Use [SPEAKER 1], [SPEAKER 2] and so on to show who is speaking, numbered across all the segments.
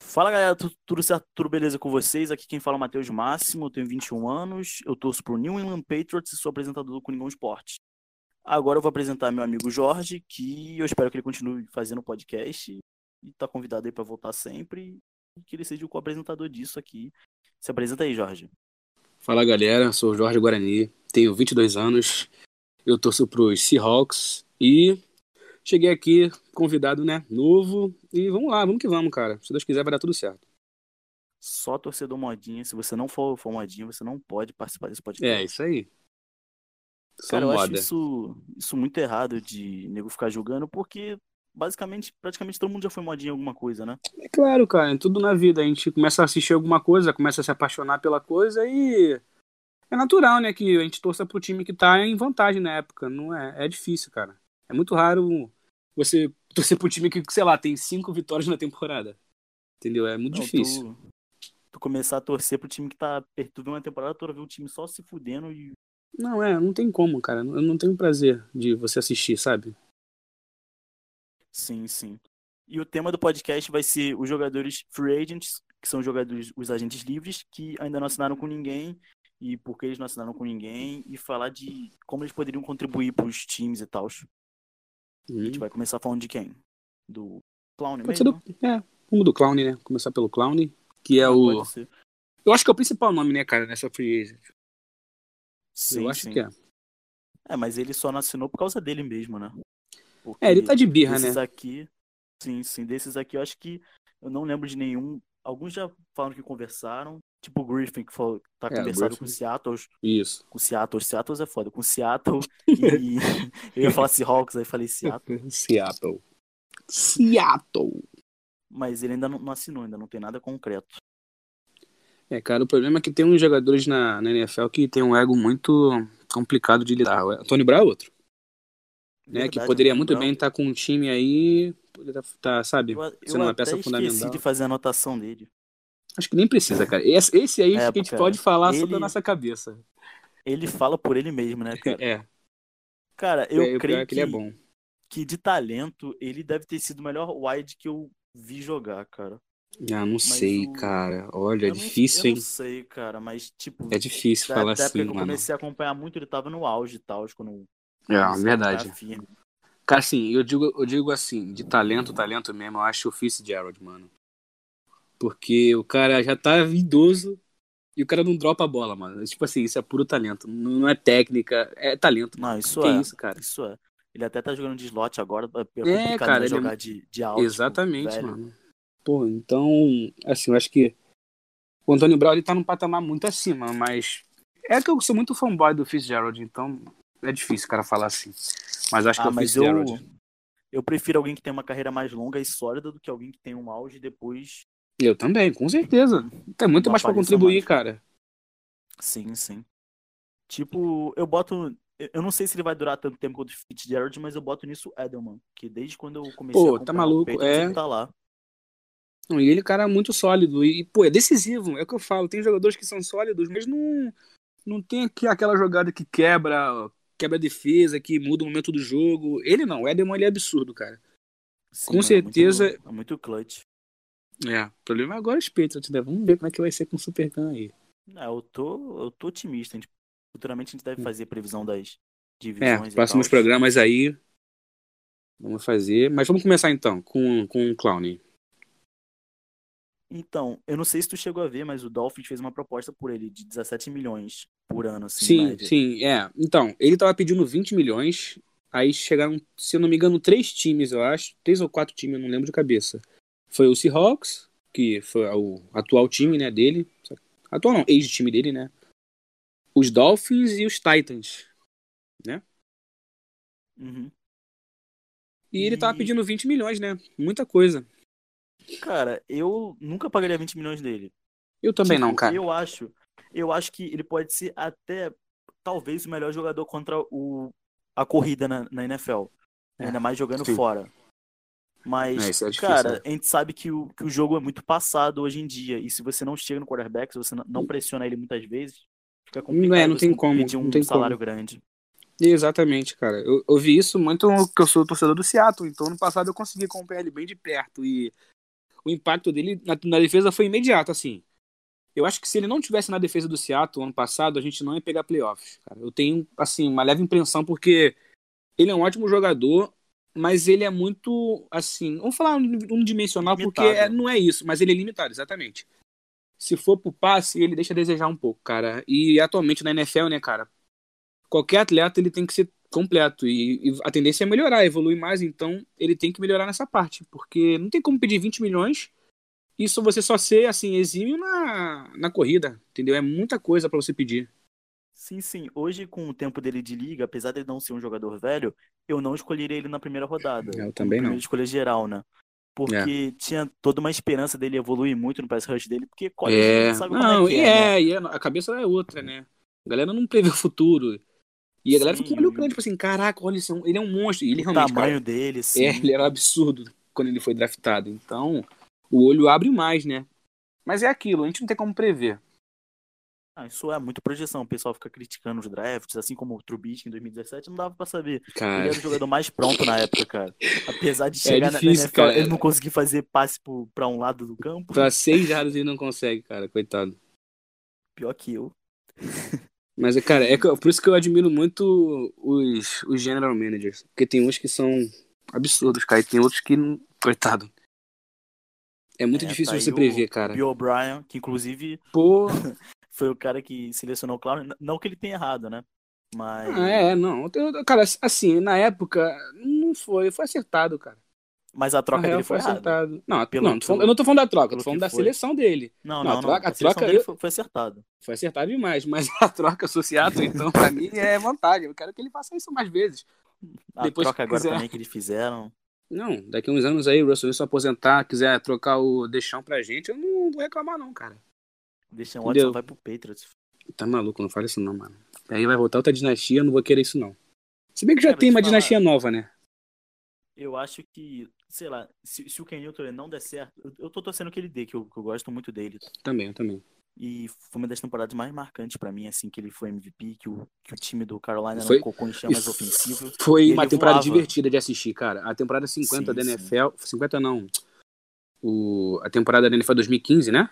[SPEAKER 1] Fala galera, tu- tudo certo, tudo beleza com vocês? Aqui quem fala é o Matheus Máximo, eu tenho 21 anos, eu torço pro New England Patriots e sou apresentador do Coringão Esporte. Agora eu vou apresentar meu amigo Jorge, que eu espero que ele continue fazendo podcast e tá convidado aí pra voltar sempre e que ele seja o co-apresentador disso aqui. Se apresenta aí, Jorge.
[SPEAKER 2] Fala galera, sou o Jorge Guarani, tenho 22 anos, eu torço pros Seahawks e cheguei aqui convidado, né, novo e vamos lá, vamos que vamos, cara. Se Deus quiser vai dar tudo certo.
[SPEAKER 1] Só torcedor modinha, se você não for, for modinha, você não pode participar desse podcast.
[SPEAKER 2] É, isso aí. Só
[SPEAKER 1] Cara, eu acho
[SPEAKER 2] moda.
[SPEAKER 1] isso, isso muito errado de nego ficar julgando, porque basicamente, praticamente todo mundo já foi modinha em alguma coisa, né?
[SPEAKER 2] É claro, cara, é tudo na vida, a gente começa a assistir alguma coisa, começa a se apaixonar pela coisa e é natural, né, que a gente torça pro time que tá em vantagem na época, não é, é difícil, cara. É muito raro você torcer pro time que, sei lá, tem cinco vitórias na temporada. Entendeu? É muito
[SPEAKER 1] Não,
[SPEAKER 2] difícil.
[SPEAKER 1] Tu, tu começar a torcer pro time que tá. per- Tu vê uma temporada toda, vê o time só se fudendo e.
[SPEAKER 2] Não, é, não tem como, cara. Eu não tenho prazer de você assistir, sabe?
[SPEAKER 1] Sim, sim. E o tema do podcast vai ser os jogadores free agents, que são os jogadores, os agentes livres, que ainda não assinaram com ninguém, e por que eles não assinaram com ninguém, e falar de como eles poderiam contribuir pros times e tal. A gente
[SPEAKER 2] Hum.
[SPEAKER 1] vai começar falando de quem? Do Clown
[SPEAKER 2] Pode ser do.
[SPEAKER 1] mesmo?
[SPEAKER 2] É, vamos do Clown, né? Começar pelo Clown, que é
[SPEAKER 1] Ah,
[SPEAKER 2] o.
[SPEAKER 1] pode ser.
[SPEAKER 2] Eu acho que é o principal nome, né, cara, nessa free agent.
[SPEAKER 1] Sim,
[SPEAKER 2] Eu acho
[SPEAKER 1] sim.
[SPEAKER 2] que é.
[SPEAKER 1] É, mas ele só não assinou por causa dele mesmo, né? Porque
[SPEAKER 2] É, ele tá de birra, né?
[SPEAKER 1] desses aqui, sim, sim, desses aqui eu acho que eu não lembro de nenhum. Alguns já falaram que conversaram, tipo o Griffin, que falou, tá
[SPEAKER 2] É, o
[SPEAKER 1] conversado com o
[SPEAKER 2] Griffin.
[SPEAKER 1] Seattle,
[SPEAKER 2] Isso.
[SPEAKER 1] com o Seattle, Seattle é foda, com o Seattle e eu ia falar Seahawks, aí falei Seattle,
[SPEAKER 2] Seattle. Seattle.
[SPEAKER 1] mas ele ainda não, não assinou, ainda não tem nada concreto.
[SPEAKER 2] É, cara, o problema é que tem uns jogadores na, na NFL que tem um ego muito complicado de lidar. O Tony Brown é outro, né? Que
[SPEAKER 1] Verdade,
[SPEAKER 2] poderia
[SPEAKER 1] Antônio
[SPEAKER 2] muito
[SPEAKER 1] Brown.
[SPEAKER 2] bem estar com um time aí, poderia tá, tá, sabe,
[SPEAKER 1] Eu, a-
[SPEAKER 2] sendo
[SPEAKER 1] eu
[SPEAKER 2] uma
[SPEAKER 1] até
[SPEAKER 2] peça
[SPEAKER 1] esqueci de
[SPEAKER 2] fundamental.
[SPEAKER 1] fazer a anotação dele.
[SPEAKER 2] Acho que nem precisa, cara. Esse, esse aí
[SPEAKER 1] É,
[SPEAKER 2] acho que a gente
[SPEAKER 1] cara,
[SPEAKER 2] pode falar só da
[SPEAKER 1] ele-
[SPEAKER 2] nossa cabeça.
[SPEAKER 1] Ele fala por ele mesmo, né, cara?
[SPEAKER 2] É,
[SPEAKER 1] Cara, eu creio
[SPEAKER 2] eu creio que ele é bom.
[SPEAKER 1] que de talento, ele deve ter sido o melhor wide que eu vi jogar, cara.
[SPEAKER 2] Ah, não sei,
[SPEAKER 1] o-
[SPEAKER 2] cara. Olha, é
[SPEAKER 1] Eu não, eu
[SPEAKER 2] difícil,
[SPEAKER 1] não
[SPEAKER 2] hein?
[SPEAKER 1] sei, cara, mas, tipo,
[SPEAKER 2] É difícil
[SPEAKER 1] da,
[SPEAKER 2] falar
[SPEAKER 1] da época
[SPEAKER 2] assim,
[SPEAKER 1] que eu
[SPEAKER 2] mano.
[SPEAKER 1] comecei a acompanhar muito, ele tava no auge e tal, quando
[SPEAKER 2] É,
[SPEAKER 1] começou a
[SPEAKER 2] verdade.
[SPEAKER 1] ficar firme.
[SPEAKER 2] Cara, assim, eu digo, eu digo assim, de talento, talento mesmo, eu acho o Fitzgerald, mano. Porque o cara já tá idoso e o cara não dropa a bola, mano. Tipo assim, isso é puro talento. Não não é técnica, é talento, mano.
[SPEAKER 1] Não, isso
[SPEAKER 2] Que
[SPEAKER 1] é,
[SPEAKER 2] isso, cara?
[SPEAKER 1] isso é. Ele até tá jogando de slot agora, é
[SPEAKER 2] É,
[SPEAKER 1] complicado
[SPEAKER 2] cara,
[SPEAKER 1] né,
[SPEAKER 2] ele é
[SPEAKER 1] jogar de, de out,
[SPEAKER 2] Exatamente,
[SPEAKER 1] velho.
[SPEAKER 2] mano. Pô, então, assim, eu acho que o Antônio Brown ele tá num patamar muito acima, mas é que eu sou muito fanboy do Fitzgerald, então é difícil o cara falar assim. Mas acho que
[SPEAKER 1] Ah,
[SPEAKER 2] é o
[SPEAKER 1] mas eu,
[SPEAKER 2] Fitzgerald.
[SPEAKER 1] eu prefiro alguém que tem uma carreira mais longa e sólida do que alguém que tem um auge e depois...
[SPEAKER 2] Eu também, com certeza. Tem muito
[SPEAKER 1] Não
[SPEAKER 2] mais pra
[SPEAKER 1] apareça
[SPEAKER 2] contribuir,
[SPEAKER 1] mais.
[SPEAKER 2] cara.
[SPEAKER 1] Sim, sim. Tipo, eu boto. eu- Eu não sei se ele vai durar tanto tempo quanto o Fitzgerald, mas eu boto nisso o Edelman, que desde quando eu comecei
[SPEAKER 2] Pô,
[SPEAKER 1] a
[SPEAKER 2] tá
[SPEAKER 1] acompanhar o
[SPEAKER 2] maluco,
[SPEAKER 1] Patriots,
[SPEAKER 2] é.
[SPEAKER 1] ele tá lá.
[SPEAKER 2] Não, E ele, cara, é muito sólido. E, pô, é decisivo. É o que eu falo. Tem jogadores que são sólidos, mas não, não tem aqui aquela jogada que quebra, quebra a defesa, que muda o momento do jogo. Ele não. O Edelman, ele é absurdo, cara.
[SPEAKER 1] Sim,
[SPEAKER 2] Com
[SPEAKER 1] mano, é muito- É
[SPEAKER 2] certeza-
[SPEAKER 1] muito, clutch.
[SPEAKER 2] É, o problema é agora os Patriots, né? Vamos ver como é que vai ser com o Super Gun aí.
[SPEAKER 1] É, eu tô, eu tô otimista. A gente- futuramente a gente deve fazer previsão das
[SPEAKER 2] Hum. É,
[SPEAKER 1] divisões e tal.
[SPEAKER 2] próximos programas aí. Vamos fazer. Mas vamos começar então com, com o Clown.
[SPEAKER 1] Então, eu não sei se tu chegou a ver, mas o Dolphins fez uma proposta por ele de 17 milhões por ano, assim,
[SPEAKER 2] Sim,
[SPEAKER 1] média.
[SPEAKER 2] sim, é. Então, ele tava pedindo 20 milhões. Aí chegaram, se eu não me engano, três times, eu acho. Três ou quatro times, eu não lembro de cabeça. Foi o Seahawks, que foi o atual time, né, dele. Atual não, ex-time dele, né? Os Dolphins e os Titans.
[SPEAKER 1] Uhum.
[SPEAKER 2] E ele tava
[SPEAKER 1] E-
[SPEAKER 2] pedindo 20 milhões, né? Muita coisa.
[SPEAKER 1] Cara, eu nunca pagaria 20 milhões dele.
[SPEAKER 2] Eu também
[SPEAKER 1] Tipo,
[SPEAKER 2] não, cara.
[SPEAKER 1] Eu acho, eu acho que ele pode ser até talvez o melhor jogador contra o, a corrida na, na NFL.
[SPEAKER 2] É,
[SPEAKER 1] Ainda mais jogando
[SPEAKER 2] sim.
[SPEAKER 1] fora.
[SPEAKER 2] É,
[SPEAKER 1] Mas,
[SPEAKER 2] isso é difícil,
[SPEAKER 1] cara, a gente sabe que o, que o jogo é muito passado hoje em dia. E se você não chega no quarterback, se você não- não pressiona ele muitas vezes, fica complicado
[SPEAKER 2] Hum. É, não
[SPEAKER 1] você
[SPEAKER 2] tem como,
[SPEAKER 1] pedir um
[SPEAKER 2] não tem
[SPEAKER 1] salário grande.
[SPEAKER 2] Exatamente, cara. Eu, eu vi isso muito que eu sou torcedor do Seattle, então no passado eu consegui acompanhar ele bem de perto. E o impacto dele na, na defesa foi imediato, assim. Eu acho que se ele não tivesse na defesa do Seattle ano passado, a gente não ia pegar playoffs, cara. Eu tenho, assim, uma leve impressão, porque ele é um ótimo jogador, mas ele é muito, assim, vamos falar unidimensional,
[SPEAKER 1] Limitado.
[SPEAKER 2] porque é- não é isso, mas ele é limitado, exatamente. Se for pro passe, ele deixa a desejar um pouco, cara. E atualmente na NFL, né, cara, qualquer atleta ele tem que ser completo e, e a tendência é melhorar, evoluir mais, então ele tem que melhorar nessa parte, porque não tem como pedir 20 milhões e só você só ser assim exímio na, na corrida, entendeu? É muita coisa pra você pedir.
[SPEAKER 1] Sim, sim. Hoje, com o tempo dele de liga, apesar dele não ser um jogador velho, eu não escolheria ele na primeira rodada.
[SPEAKER 2] É, Eu também
[SPEAKER 1] Primeira
[SPEAKER 2] não. É.
[SPEAKER 1] escolha geral, né? Porque tinha toda uma esperança dele evoluir muito no pass rush dele, porque college
[SPEAKER 2] É,
[SPEAKER 1] não sabe como
[SPEAKER 2] não,
[SPEAKER 1] é
[SPEAKER 2] e
[SPEAKER 1] que é, né?
[SPEAKER 2] é, e é, a cabeça é outra, né? A galera não prevê o futuro. E a galera
[SPEAKER 1] Sim.
[SPEAKER 2] fica com olho grande, tipo assim, caraca, olha, esse é um- ele é um monstro. E ele
[SPEAKER 1] O
[SPEAKER 2] realmente, cara,
[SPEAKER 1] tamanho assim. dele, sim.
[SPEAKER 2] É, ele era um absurdo quando ele foi draftado. Então, o olho abre mais, né? Mas é aquilo, a gente não tem como prever.
[SPEAKER 1] Ah, isso é muito projeção. O pessoal fica criticando os drafts, assim como o Trubisky em 2017, não dava pra saber. Ele
[SPEAKER 2] Cara,
[SPEAKER 1] era o jogador mais pronto na época, cara. Apesar de chegar na-
[SPEAKER 2] É difícil,
[SPEAKER 1] na NFL,
[SPEAKER 2] cara.
[SPEAKER 1] ele não conseguir fazer passe pro- pra um lado do campo,
[SPEAKER 2] pra seis jardas ele não consegue, cara, coitado.
[SPEAKER 1] pior que eu.
[SPEAKER 2] Mas, é, cara, é que- por isso que eu admiro muito os, os general managers. Porque tem uns que são absurdos, cara, e tem outros que não. Coitado. É muito
[SPEAKER 1] É,
[SPEAKER 2] difícil
[SPEAKER 1] tá
[SPEAKER 2] você
[SPEAKER 1] aí o
[SPEAKER 2] prever, cara.
[SPEAKER 1] Bill O'Brien, que inclusive
[SPEAKER 2] Pô.
[SPEAKER 1] foi o cara que selecionou o Clown, não que ele tenha errado, né? Mas
[SPEAKER 2] Ah, é, não. Eu- Cara, assim, na época, não foi. Foi acertado, cara.
[SPEAKER 1] mas a troca
[SPEAKER 2] Na real,
[SPEAKER 1] dele
[SPEAKER 2] assim
[SPEAKER 1] foi errada.
[SPEAKER 2] acertado. Não,
[SPEAKER 1] Pelo-
[SPEAKER 2] não, tô falando-
[SPEAKER 1] pelo-
[SPEAKER 2] eu não tô falando da troca, eu
[SPEAKER 1] pelo
[SPEAKER 2] tô falando
[SPEAKER 1] que
[SPEAKER 2] da
[SPEAKER 1] foi.
[SPEAKER 2] seleção dele.
[SPEAKER 1] Não,
[SPEAKER 2] Não,
[SPEAKER 1] não,
[SPEAKER 2] a
[SPEAKER 1] não.
[SPEAKER 2] troca- a
[SPEAKER 1] A seleção
[SPEAKER 2] troca-
[SPEAKER 1] dele
[SPEAKER 2] eu-
[SPEAKER 1] foi, foi acertada.
[SPEAKER 2] Foi acertado demais, mas a troca associada, então, pra mim, é vantagem. Eu quero que ele faça isso mais vezes.
[SPEAKER 1] A
[SPEAKER 2] Depois
[SPEAKER 1] troca
[SPEAKER 2] que
[SPEAKER 1] agora
[SPEAKER 2] quiser.
[SPEAKER 1] também que eles fizeram.
[SPEAKER 2] Não, daqui a uns anos aí, o Russell Wilson aposentar, quiser trocar o deixão pra gente, eu não vou reclamar, não, cara.
[SPEAKER 1] Deixa o
[SPEAKER 2] Entendeu?
[SPEAKER 1] Watson vai pro Patriots.
[SPEAKER 2] Tá maluco, não fala isso não, mano. Aí vai voltar outra dinastia, eu não vou querer isso, não. Se bem que já
[SPEAKER 1] Cara,
[SPEAKER 2] tem
[SPEAKER 1] te
[SPEAKER 2] uma
[SPEAKER 1] falar.
[SPEAKER 2] dinastia nova, né?
[SPEAKER 1] Eu acho que, sei lá, se, se o Ken Newton não der certo, eu, eu tô torcendo que ele dê, que eu, que eu gosto muito dele.
[SPEAKER 2] Também, eu também.
[SPEAKER 1] E foi uma das temporadas mais marcantes pra mim, assim, que ele foi MVP, que o, que o time do Carolina
[SPEAKER 2] Foi-
[SPEAKER 1] era um cocô em chamas
[SPEAKER 2] isso-
[SPEAKER 1] ofensivo.
[SPEAKER 2] Foi
[SPEAKER 1] Ele
[SPEAKER 2] uma temporada
[SPEAKER 1] voava.
[SPEAKER 2] divertida de assistir, cara. A temporada 50
[SPEAKER 1] Sim,
[SPEAKER 2] da
[SPEAKER 1] sim.
[SPEAKER 2] NFL. 50 não. O, a temporada da NFL 2015, né?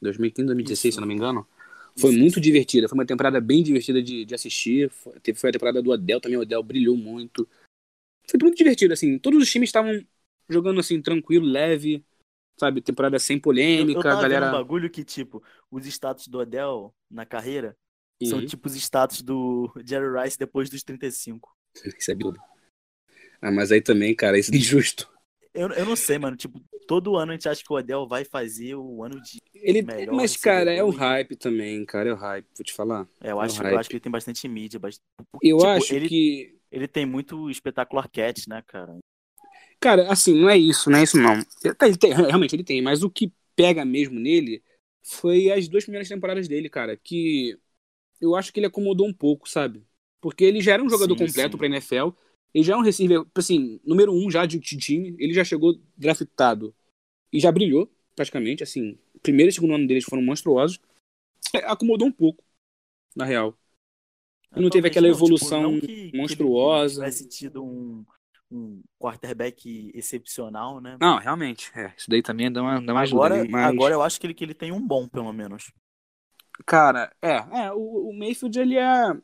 [SPEAKER 2] 2015, 2016,
[SPEAKER 1] Isso.
[SPEAKER 2] se eu não me engano. Foi
[SPEAKER 1] Isso,
[SPEAKER 2] muito divertida. Foi uma temporada bem divertida de, de assistir. Foi, teve- foi a temporada do Adel também. O Adel brilhou muito. Foi muito divertido, assim. Todos os times estavam jogando, assim, tranquilo, leve. Sabe? Temporada sem
[SPEAKER 1] Eu, eu
[SPEAKER 2] polêmica.
[SPEAKER 1] tava
[SPEAKER 2] a
[SPEAKER 1] vendo um
[SPEAKER 2] galera.
[SPEAKER 1] bagulho que, tipo, os status do Odell na carreira são
[SPEAKER 2] Uhum.
[SPEAKER 1] tipo os status do Jerry Rice depois dos 35.
[SPEAKER 2] Isso é absurdo. Ah, mas aí também, cara, isso é injusto.
[SPEAKER 1] Eu, eu não sei, mano. Tipo, todo ano a gente acha que o Odell vai fazer o ano de.
[SPEAKER 2] Ele,
[SPEAKER 1] Melhor um
[SPEAKER 2] mas, cara, é o
[SPEAKER 1] recebedor.
[SPEAKER 2] hype também, cara. É o hype, vou te falar.
[SPEAKER 1] É, eu,
[SPEAKER 2] É um
[SPEAKER 1] acho, eu
[SPEAKER 2] hype.
[SPEAKER 1] acho que ele tem bastante mídia. bast-
[SPEAKER 2] Eu
[SPEAKER 1] tipo,
[SPEAKER 2] acho
[SPEAKER 1] ele,
[SPEAKER 2] que.
[SPEAKER 1] ele tem muito espetáculo arquete, né, cara?
[SPEAKER 2] Cara, assim, não é isso, não é isso não. Ele tá- ele tem- realmente ele tem, mas o que pega mesmo nele foi as duas primeiras temporadas dele, cara, que eu acho que ele acomodou um pouco, sabe? Porque ele já era um jogador
[SPEAKER 1] Sim,
[SPEAKER 2] completo
[SPEAKER 1] sim.
[SPEAKER 2] pra NFL, ele já é um receiver, assim, número um já de de time, ele já chegou draftado e já brilhou, praticamente, assim, primeiro e segundo ano deles foram monstruosos, É, acomodou um pouco, na real. E não teve aquela evolução
[SPEAKER 1] não que- que ele
[SPEAKER 2] monstruosa.
[SPEAKER 1] tivesse tido um, um quarterback excepcional, né?
[SPEAKER 2] Não, realmente, é, isso daí também dá uma, dá uma
[SPEAKER 1] agora,
[SPEAKER 2] ajuda, né? Mas-
[SPEAKER 1] agora eu acho que ele, que ele tem um bom, pelo menos.
[SPEAKER 2] Cara, é, é o, o Mayfield ele é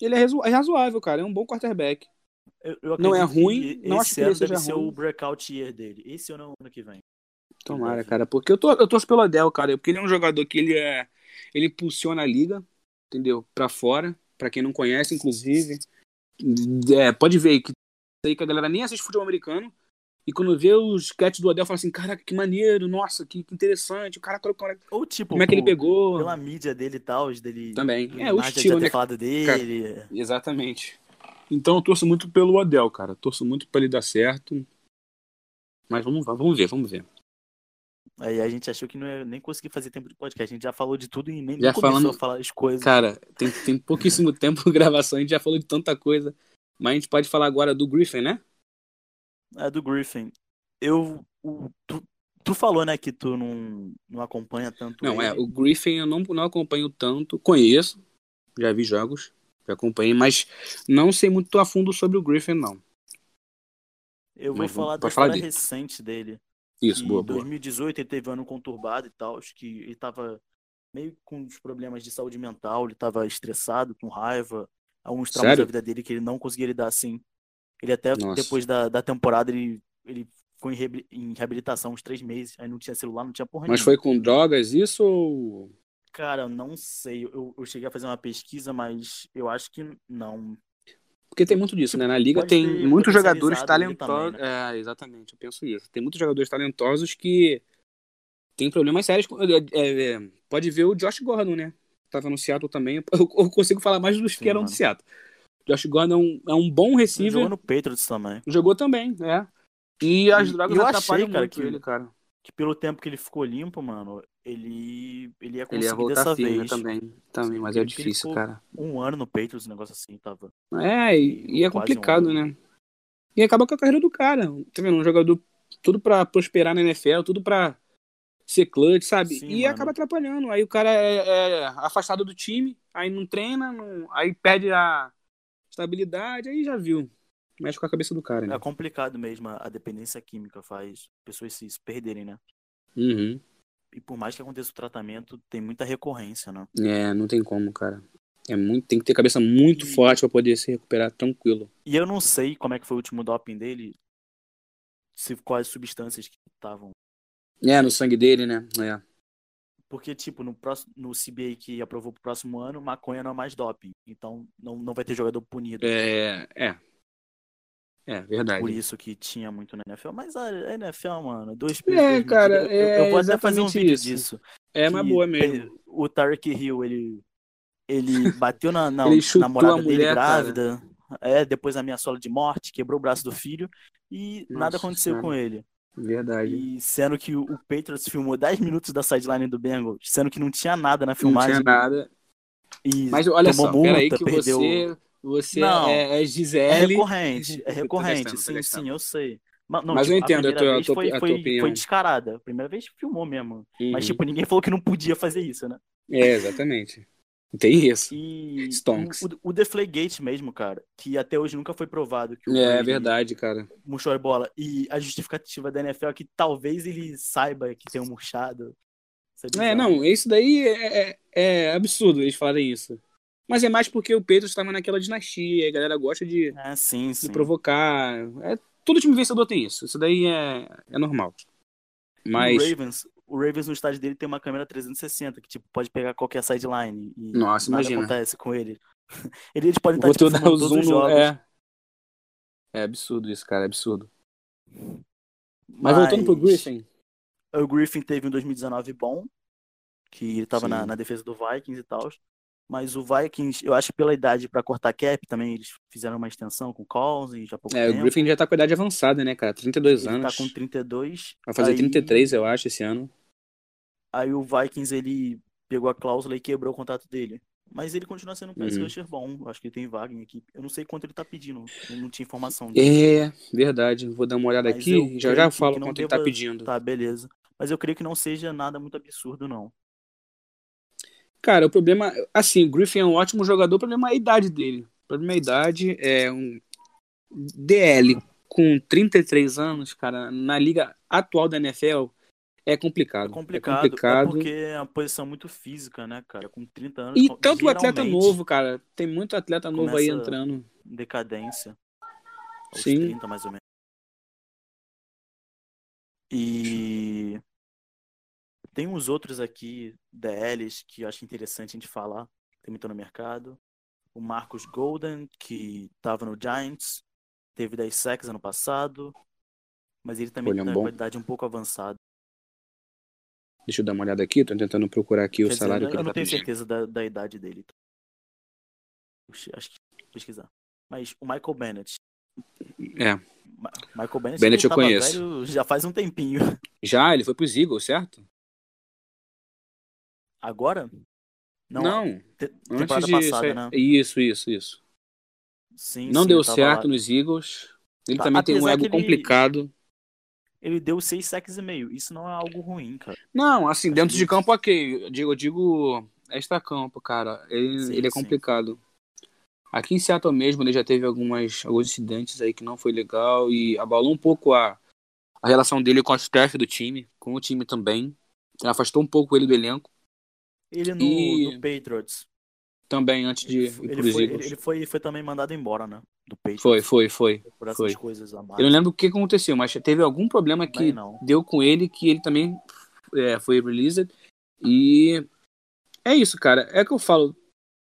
[SPEAKER 2] ele é razo- é razoável, cara, é um bom quarterback.
[SPEAKER 1] Eu, eu
[SPEAKER 2] Não é
[SPEAKER 1] acredito
[SPEAKER 2] ruim,
[SPEAKER 1] que
[SPEAKER 2] não acho
[SPEAKER 1] esse
[SPEAKER 2] que ele
[SPEAKER 1] ano
[SPEAKER 2] seja
[SPEAKER 1] deve ser
[SPEAKER 2] ruim.
[SPEAKER 1] o breakout year dele. Esse ano é o ano que vem.
[SPEAKER 2] Tomara,
[SPEAKER 1] Deve.
[SPEAKER 2] cara, porque eu tô eu torço pelo Adel, cara, porque ele é um jogador que ele é ele impulsiona a liga, entendeu? Pra fora, pra quem não conhece, inclusive. É, pode ver aí que aí que a galera nem assiste futebol americano e quando vê os catch do Adel fala assim, caraca, que maneiro, nossa, que, que interessante, o cara colocou
[SPEAKER 1] Ou tipo,
[SPEAKER 2] como é que ele
[SPEAKER 1] pô,
[SPEAKER 2] pegou?
[SPEAKER 1] pela mídia dele e tal, dele.
[SPEAKER 2] Também. É, o
[SPEAKER 1] Nádia
[SPEAKER 2] estilo,
[SPEAKER 1] já ter
[SPEAKER 2] né?
[SPEAKER 1] falado dele.
[SPEAKER 2] Exatamente. Então eu torço muito pelo Adel, cara. Torço muito pra ele dar certo. Mas vamos, vamos ver, vamos ver.
[SPEAKER 1] Aí a gente achou que não ia nem conseguir fazer tempo de podcast. A gente já falou de tudo e nem,
[SPEAKER 2] Já
[SPEAKER 1] nem começou
[SPEAKER 2] falamos-
[SPEAKER 1] a falar as coisas.
[SPEAKER 2] Cara, tem, tem pouquíssimo tempo de gravação, a gente já falou de tanta coisa. Mas a gente pode falar agora do Griffin, né?
[SPEAKER 1] É do Griffin. Eu. o- tu, tu falou, né, que tu não, não acompanha tanto.
[SPEAKER 2] Não, é,
[SPEAKER 1] ele.
[SPEAKER 2] o Griffin eu não, não acompanho tanto. Conheço, já vi jogos, já acompanhei, mas não sei muito a fundo sobre o Griffin, não.
[SPEAKER 1] Eu vou
[SPEAKER 2] mas vamos-
[SPEAKER 1] falar da
[SPEAKER 2] pode falar
[SPEAKER 1] história
[SPEAKER 2] dele.
[SPEAKER 1] recente dele.
[SPEAKER 2] Isso,
[SPEAKER 1] que
[SPEAKER 2] boa,
[SPEAKER 1] em
[SPEAKER 2] boa.
[SPEAKER 1] 2018 ele teve um ano conturbado e tal, acho que ele tava meio com uns problemas de saúde mental, ele tava estressado, com raiva, alguns traumas
[SPEAKER 2] Sério?
[SPEAKER 1] da vida dele que ele não conseguia lidar assim. Ele até
[SPEAKER 2] Nossa.
[SPEAKER 1] depois da, da temporada ele, ele foi em, reabi- em reabilitação uns três meses, aí não tinha celular, não tinha porra
[SPEAKER 2] Mas
[SPEAKER 1] nenhuma.
[SPEAKER 2] foi com drogas isso ou.
[SPEAKER 1] Cara, não sei, eu, eu cheguei a fazer uma pesquisa, mas eu acho que não.
[SPEAKER 2] Porque tem muito disso, né? Na liga
[SPEAKER 1] Pode
[SPEAKER 2] tem
[SPEAKER 1] ter
[SPEAKER 2] muitos jogadores
[SPEAKER 1] potencializado ele
[SPEAKER 2] talentosos. É, exatamente, eu penso isso. Tem muitos jogadores talentosos que tem problemas sérios. com- é, é, é, pode ver o Josh Gordon, né? Tava no Seattle também. Eu, eu consigo falar mais dos
[SPEAKER 1] Sim,
[SPEAKER 2] que eram
[SPEAKER 1] mano.
[SPEAKER 2] do Seattle. Josh Gordon é um, é um bom
[SPEAKER 1] Ele jogou
[SPEAKER 2] receiver.
[SPEAKER 1] no Patriots também.
[SPEAKER 2] Jogou também, é. E as
[SPEAKER 1] E-
[SPEAKER 2] drogas
[SPEAKER 1] e eu achei,
[SPEAKER 2] atrapalham
[SPEAKER 1] cara,
[SPEAKER 2] muito
[SPEAKER 1] que-
[SPEAKER 2] ele, cara.
[SPEAKER 1] Que pelo tempo que ele ficou limpo, mano, ele, ele ia
[SPEAKER 2] Ele
[SPEAKER 1] conseguir
[SPEAKER 2] ia voltar
[SPEAKER 1] dessa
[SPEAKER 2] firme
[SPEAKER 1] vez.
[SPEAKER 2] né, também. Também, mas
[SPEAKER 1] Ele-
[SPEAKER 2] é
[SPEAKER 1] ele
[SPEAKER 2] difícil,
[SPEAKER 1] ficou-
[SPEAKER 2] cara.
[SPEAKER 1] um ano no Patriots, um negócio assim, tava.
[SPEAKER 2] É, e, e
[SPEAKER 1] Quase
[SPEAKER 2] é
[SPEAKER 1] um
[SPEAKER 2] complicado,
[SPEAKER 1] ano.
[SPEAKER 2] né? E acaba com a carreira do cara. Tá vendo? Um jogador tudo pra prosperar na NFL, tudo pra ser clutch, sabe?
[SPEAKER 1] Sim,
[SPEAKER 2] e
[SPEAKER 1] mano.
[SPEAKER 2] acaba atrapalhando. Aí o cara é, é afastado do time, aí não treina, não- aí perde a estabilidade, aí já viu. Mexe com a cabeça do cara, né?
[SPEAKER 1] É complicado mesmo, a dependência química faz pessoas se se perderem, né?
[SPEAKER 2] Uhum.
[SPEAKER 1] E por mais que aconteça o tratamento, tem muita recorrência, né?
[SPEAKER 2] É, não tem como, cara. É muito, tem que ter cabeça muito
[SPEAKER 1] E-
[SPEAKER 2] forte pra poder se recuperar tranquilo.
[SPEAKER 1] E eu não sei como é que foi o último doping dele, se quais substâncias que estavam.
[SPEAKER 2] É, no sangue dele, né? É.
[SPEAKER 1] Porque, tipo, no, próximo, no CBA que aprovou pro próximo ano, maconha não é mais doping. Então não, não vai ter jogador punido.
[SPEAKER 2] É, é. É, verdade.
[SPEAKER 1] Por isso que tinha muito na NFL. Mas a NFL, mano, dois
[SPEAKER 2] É,
[SPEAKER 1] dois medidas.
[SPEAKER 2] cara,
[SPEAKER 1] Eu- eu,
[SPEAKER 2] é
[SPEAKER 1] eu vou até fazer um
[SPEAKER 2] exatamente
[SPEAKER 1] vídeo
[SPEAKER 2] isso.
[SPEAKER 1] disso.
[SPEAKER 2] É uma
[SPEAKER 1] que
[SPEAKER 2] boa mesmo.
[SPEAKER 1] ele- o Tarek Hill, ele, ele bateu na, na
[SPEAKER 2] Ele chutou
[SPEAKER 1] namorada
[SPEAKER 2] a mulher,
[SPEAKER 1] dele grávida, é, depois ameaçou ela de morte, quebrou o braço do filho e
[SPEAKER 2] Nossa
[SPEAKER 1] nada aconteceu
[SPEAKER 2] Senhora.
[SPEAKER 1] com ele.
[SPEAKER 2] Verdade.
[SPEAKER 1] E sendo que o, o Patriots filmou 10 minutos da sideline do Bengals, sendo que não tinha nada na
[SPEAKER 2] Não
[SPEAKER 1] filmagem.
[SPEAKER 2] tinha nada.
[SPEAKER 1] E
[SPEAKER 2] Mas olha
[SPEAKER 1] tomou
[SPEAKER 2] só,
[SPEAKER 1] multa,
[SPEAKER 2] peraí que
[SPEAKER 1] perdeu.
[SPEAKER 2] você, você
[SPEAKER 1] Não.
[SPEAKER 2] é, é
[SPEAKER 1] É
[SPEAKER 2] Gisele.
[SPEAKER 1] recorrente, é
[SPEAKER 2] Tô
[SPEAKER 1] recorrente,
[SPEAKER 2] gastando, tô
[SPEAKER 1] sim,
[SPEAKER 2] gastando.
[SPEAKER 1] sim, eu sei. Mas, não,
[SPEAKER 2] Mas eu
[SPEAKER 1] tipo,
[SPEAKER 2] entendo a
[SPEAKER 1] primeira
[SPEAKER 2] tua- a
[SPEAKER 1] vez
[SPEAKER 2] tua-
[SPEAKER 1] foi,
[SPEAKER 2] a tua
[SPEAKER 1] foi,
[SPEAKER 2] opinião.
[SPEAKER 1] foi descarada. A primeira vez filmou mesmo. Mas,
[SPEAKER 2] Uhum.
[SPEAKER 1] tipo, ninguém falou que não podia fazer isso, né?
[SPEAKER 2] É, exatamente. É, Tem isso.
[SPEAKER 1] E
[SPEAKER 2] Stonks.
[SPEAKER 1] o, o Deflategate mesmo, cara, que até hoje nunca foi provado que o
[SPEAKER 2] É
[SPEAKER 1] Brady
[SPEAKER 2] verdade, cara.
[SPEAKER 1] murchou a bola. E a justificativa da NFL é que talvez ele saiba que tem um murchado. Isso
[SPEAKER 2] É,
[SPEAKER 1] bizarro.
[SPEAKER 2] não, isso daí é, é- é absurdo eles falarem isso. Mas é mais porque o Pedro estava naquela dinastia, e a galera gosta de,
[SPEAKER 1] É, sim,
[SPEAKER 2] de
[SPEAKER 1] sim.
[SPEAKER 2] provocar. É, todo time vencedor tem isso. Isso daí é, é normal.
[SPEAKER 1] E
[SPEAKER 2] Mas.
[SPEAKER 1] O Ravens, o Ravens no estádio dele tem uma câmera 360 que, tipo, pode pegar qualquer sideline. E
[SPEAKER 2] Nossa,
[SPEAKER 1] nada
[SPEAKER 2] imagina.
[SPEAKER 1] acontece com ele. ele eles podem estar,
[SPEAKER 2] Vou
[SPEAKER 1] tipo,
[SPEAKER 2] te dar o
[SPEAKER 1] filmando todos
[SPEAKER 2] zoom
[SPEAKER 1] os
[SPEAKER 2] no...
[SPEAKER 1] jogos.
[SPEAKER 2] É. é absurdo isso, cara, é absurdo. Mas,
[SPEAKER 1] Mas,
[SPEAKER 2] voltando pro Griffin.
[SPEAKER 1] O Griffin teve um 2019 bom, que ele tava
[SPEAKER 2] Sim.
[SPEAKER 1] na, na defesa do Vikings e tal. Mas o Vikings, eu acho que pela idade pra cortar cap também, eles fizeram uma extensão com o Cousins já há pouco
[SPEAKER 2] É, o
[SPEAKER 1] tempo.
[SPEAKER 2] Griffin já tá com a idade avançada, né, cara? 32
[SPEAKER 1] ele
[SPEAKER 2] anos.
[SPEAKER 1] tá com 32.
[SPEAKER 2] Vai fazer
[SPEAKER 1] aí,
[SPEAKER 2] 33, eu acho, esse ano.
[SPEAKER 1] Aí o Vikings, ele pegou a cláusula e quebrou o contrato dele. Mas ele continua sendo um pass
[SPEAKER 2] Uhum.
[SPEAKER 1] rusher bom. Eu acho que ele tem vaga em equipe. Eu não sei quanto ele tá pedindo. Eu não tinha informação disso.
[SPEAKER 2] É, verdade. Vou dar uma olhada
[SPEAKER 1] Mas
[SPEAKER 2] aqui
[SPEAKER 1] eu
[SPEAKER 2] e já
[SPEAKER 1] creio
[SPEAKER 2] já
[SPEAKER 1] que-
[SPEAKER 2] falo
[SPEAKER 1] que não
[SPEAKER 2] quanto ele tá
[SPEAKER 1] deva-
[SPEAKER 2] pedindo.
[SPEAKER 1] Tá, beleza. Mas eu creio que não seja nada muito absurdo, não.
[SPEAKER 2] Cara, o problema... Assim, o Griffin é um ótimo jogador, o problema é a idade dele. O problema é a idade, é um... DL com 33 anos, cara, na liga atual da NFL, é complicado.
[SPEAKER 1] É complicado, é
[SPEAKER 2] complicado.
[SPEAKER 1] porque é uma posição muito física, né, cara? Com 30 anos,
[SPEAKER 2] E
[SPEAKER 1] com-
[SPEAKER 2] tanto o atleta
[SPEAKER 1] geralmente,
[SPEAKER 2] novo, cara. Tem muito atleta novo aí
[SPEAKER 1] Começa-
[SPEAKER 2] entrando.
[SPEAKER 1] Decadência. Aos
[SPEAKER 2] Sim.
[SPEAKER 1] 30, mais ou menos. E tem uns outros aqui, DLs, que eu acho interessante a gente falar. Tem muito no mercado. O Marcus Golden, que tava no Giants, teve 10 sacks ano passado. Mas ele também
[SPEAKER 2] Olha,
[SPEAKER 1] tem
[SPEAKER 2] um
[SPEAKER 1] uma
[SPEAKER 2] bom.
[SPEAKER 1] qualidade um pouco avançada.
[SPEAKER 2] Deixa eu dar uma olhada aqui, tô tentando procurar aqui
[SPEAKER 1] Quer
[SPEAKER 2] o
[SPEAKER 1] dizer,
[SPEAKER 2] salário
[SPEAKER 1] eu
[SPEAKER 2] que ele
[SPEAKER 1] não
[SPEAKER 2] tá
[SPEAKER 1] tenho
[SPEAKER 2] pedindo.
[SPEAKER 1] certeza da, da idade dele. tá? Puxa, Acho que vou pesquisar. Mas o Michael Bennett.
[SPEAKER 2] É.
[SPEAKER 1] Ma- Michael Bennett,
[SPEAKER 2] Bennett
[SPEAKER 1] ele
[SPEAKER 2] eu
[SPEAKER 1] tava
[SPEAKER 2] conheço.
[SPEAKER 1] velho já faz um tempinho.
[SPEAKER 2] Já, ele foi pros Eagles, certo?
[SPEAKER 1] Agora? Não, te-
[SPEAKER 2] antes
[SPEAKER 1] temporada
[SPEAKER 2] de
[SPEAKER 1] passada,
[SPEAKER 2] sair-
[SPEAKER 1] né?
[SPEAKER 2] Isso, isso, isso.
[SPEAKER 1] Sim,
[SPEAKER 2] não
[SPEAKER 1] sim,
[SPEAKER 2] deu
[SPEAKER 1] ele tava
[SPEAKER 2] certo
[SPEAKER 1] lá.
[SPEAKER 2] nos Eagles. Ele
[SPEAKER 1] Tá,
[SPEAKER 2] também tem um
[SPEAKER 1] apesar
[SPEAKER 2] ego
[SPEAKER 1] que ele-
[SPEAKER 2] complicado.
[SPEAKER 1] Ele deu seis sacks e meio. Isso não é algo ruim, cara.
[SPEAKER 2] Não, assim,
[SPEAKER 1] Acho
[SPEAKER 2] dentro de
[SPEAKER 1] que-
[SPEAKER 2] campo, ok. Eu digo, eu digo extra campo, cara. Ele,
[SPEAKER 1] Sim,
[SPEAKER 2] ele é
[SPEAKER 1] sim.
[SPEAKER 2] complicado. Aqui em Seattle mesmo, ele já teve algumas, alguns incidentes aí que não foi legal e abalou um pouco a, a relação dele com a staff do time, com o time também. Ela afastou um pouco ele do elenco.
[SPEAKER 1] Ele no,
[SPEAKER 2] E-
[SPEAKER 1] no Patriots.
[SPEAKER 2] Também antes de
[SPEAKER 1] Ele,
[SPEAKER 2] ir
[SPEAKER 1] ele
[SPEAKER 2] pros
[SPEAKER 1] foi,
[SPEAKER 2] Eagles.
[SPEAKER 1] ele, ele foi, ele foi também mandado embora, né? Do Patriots.
[SPEAKER 2] Foi, foi, foi.
[SPEAKER 1] Por essas
[SPEAKER 2] foi.
[SPEAKER 1] coisas a mais.
[SPEAKER 2] Eu não lembro o que aconteceu, mas teve algum problema que
[SPEAKER 1] Também não.
[SPEAKER 2] deu com ele que ele também é, foi released. E é isso, cara. É que eu falo.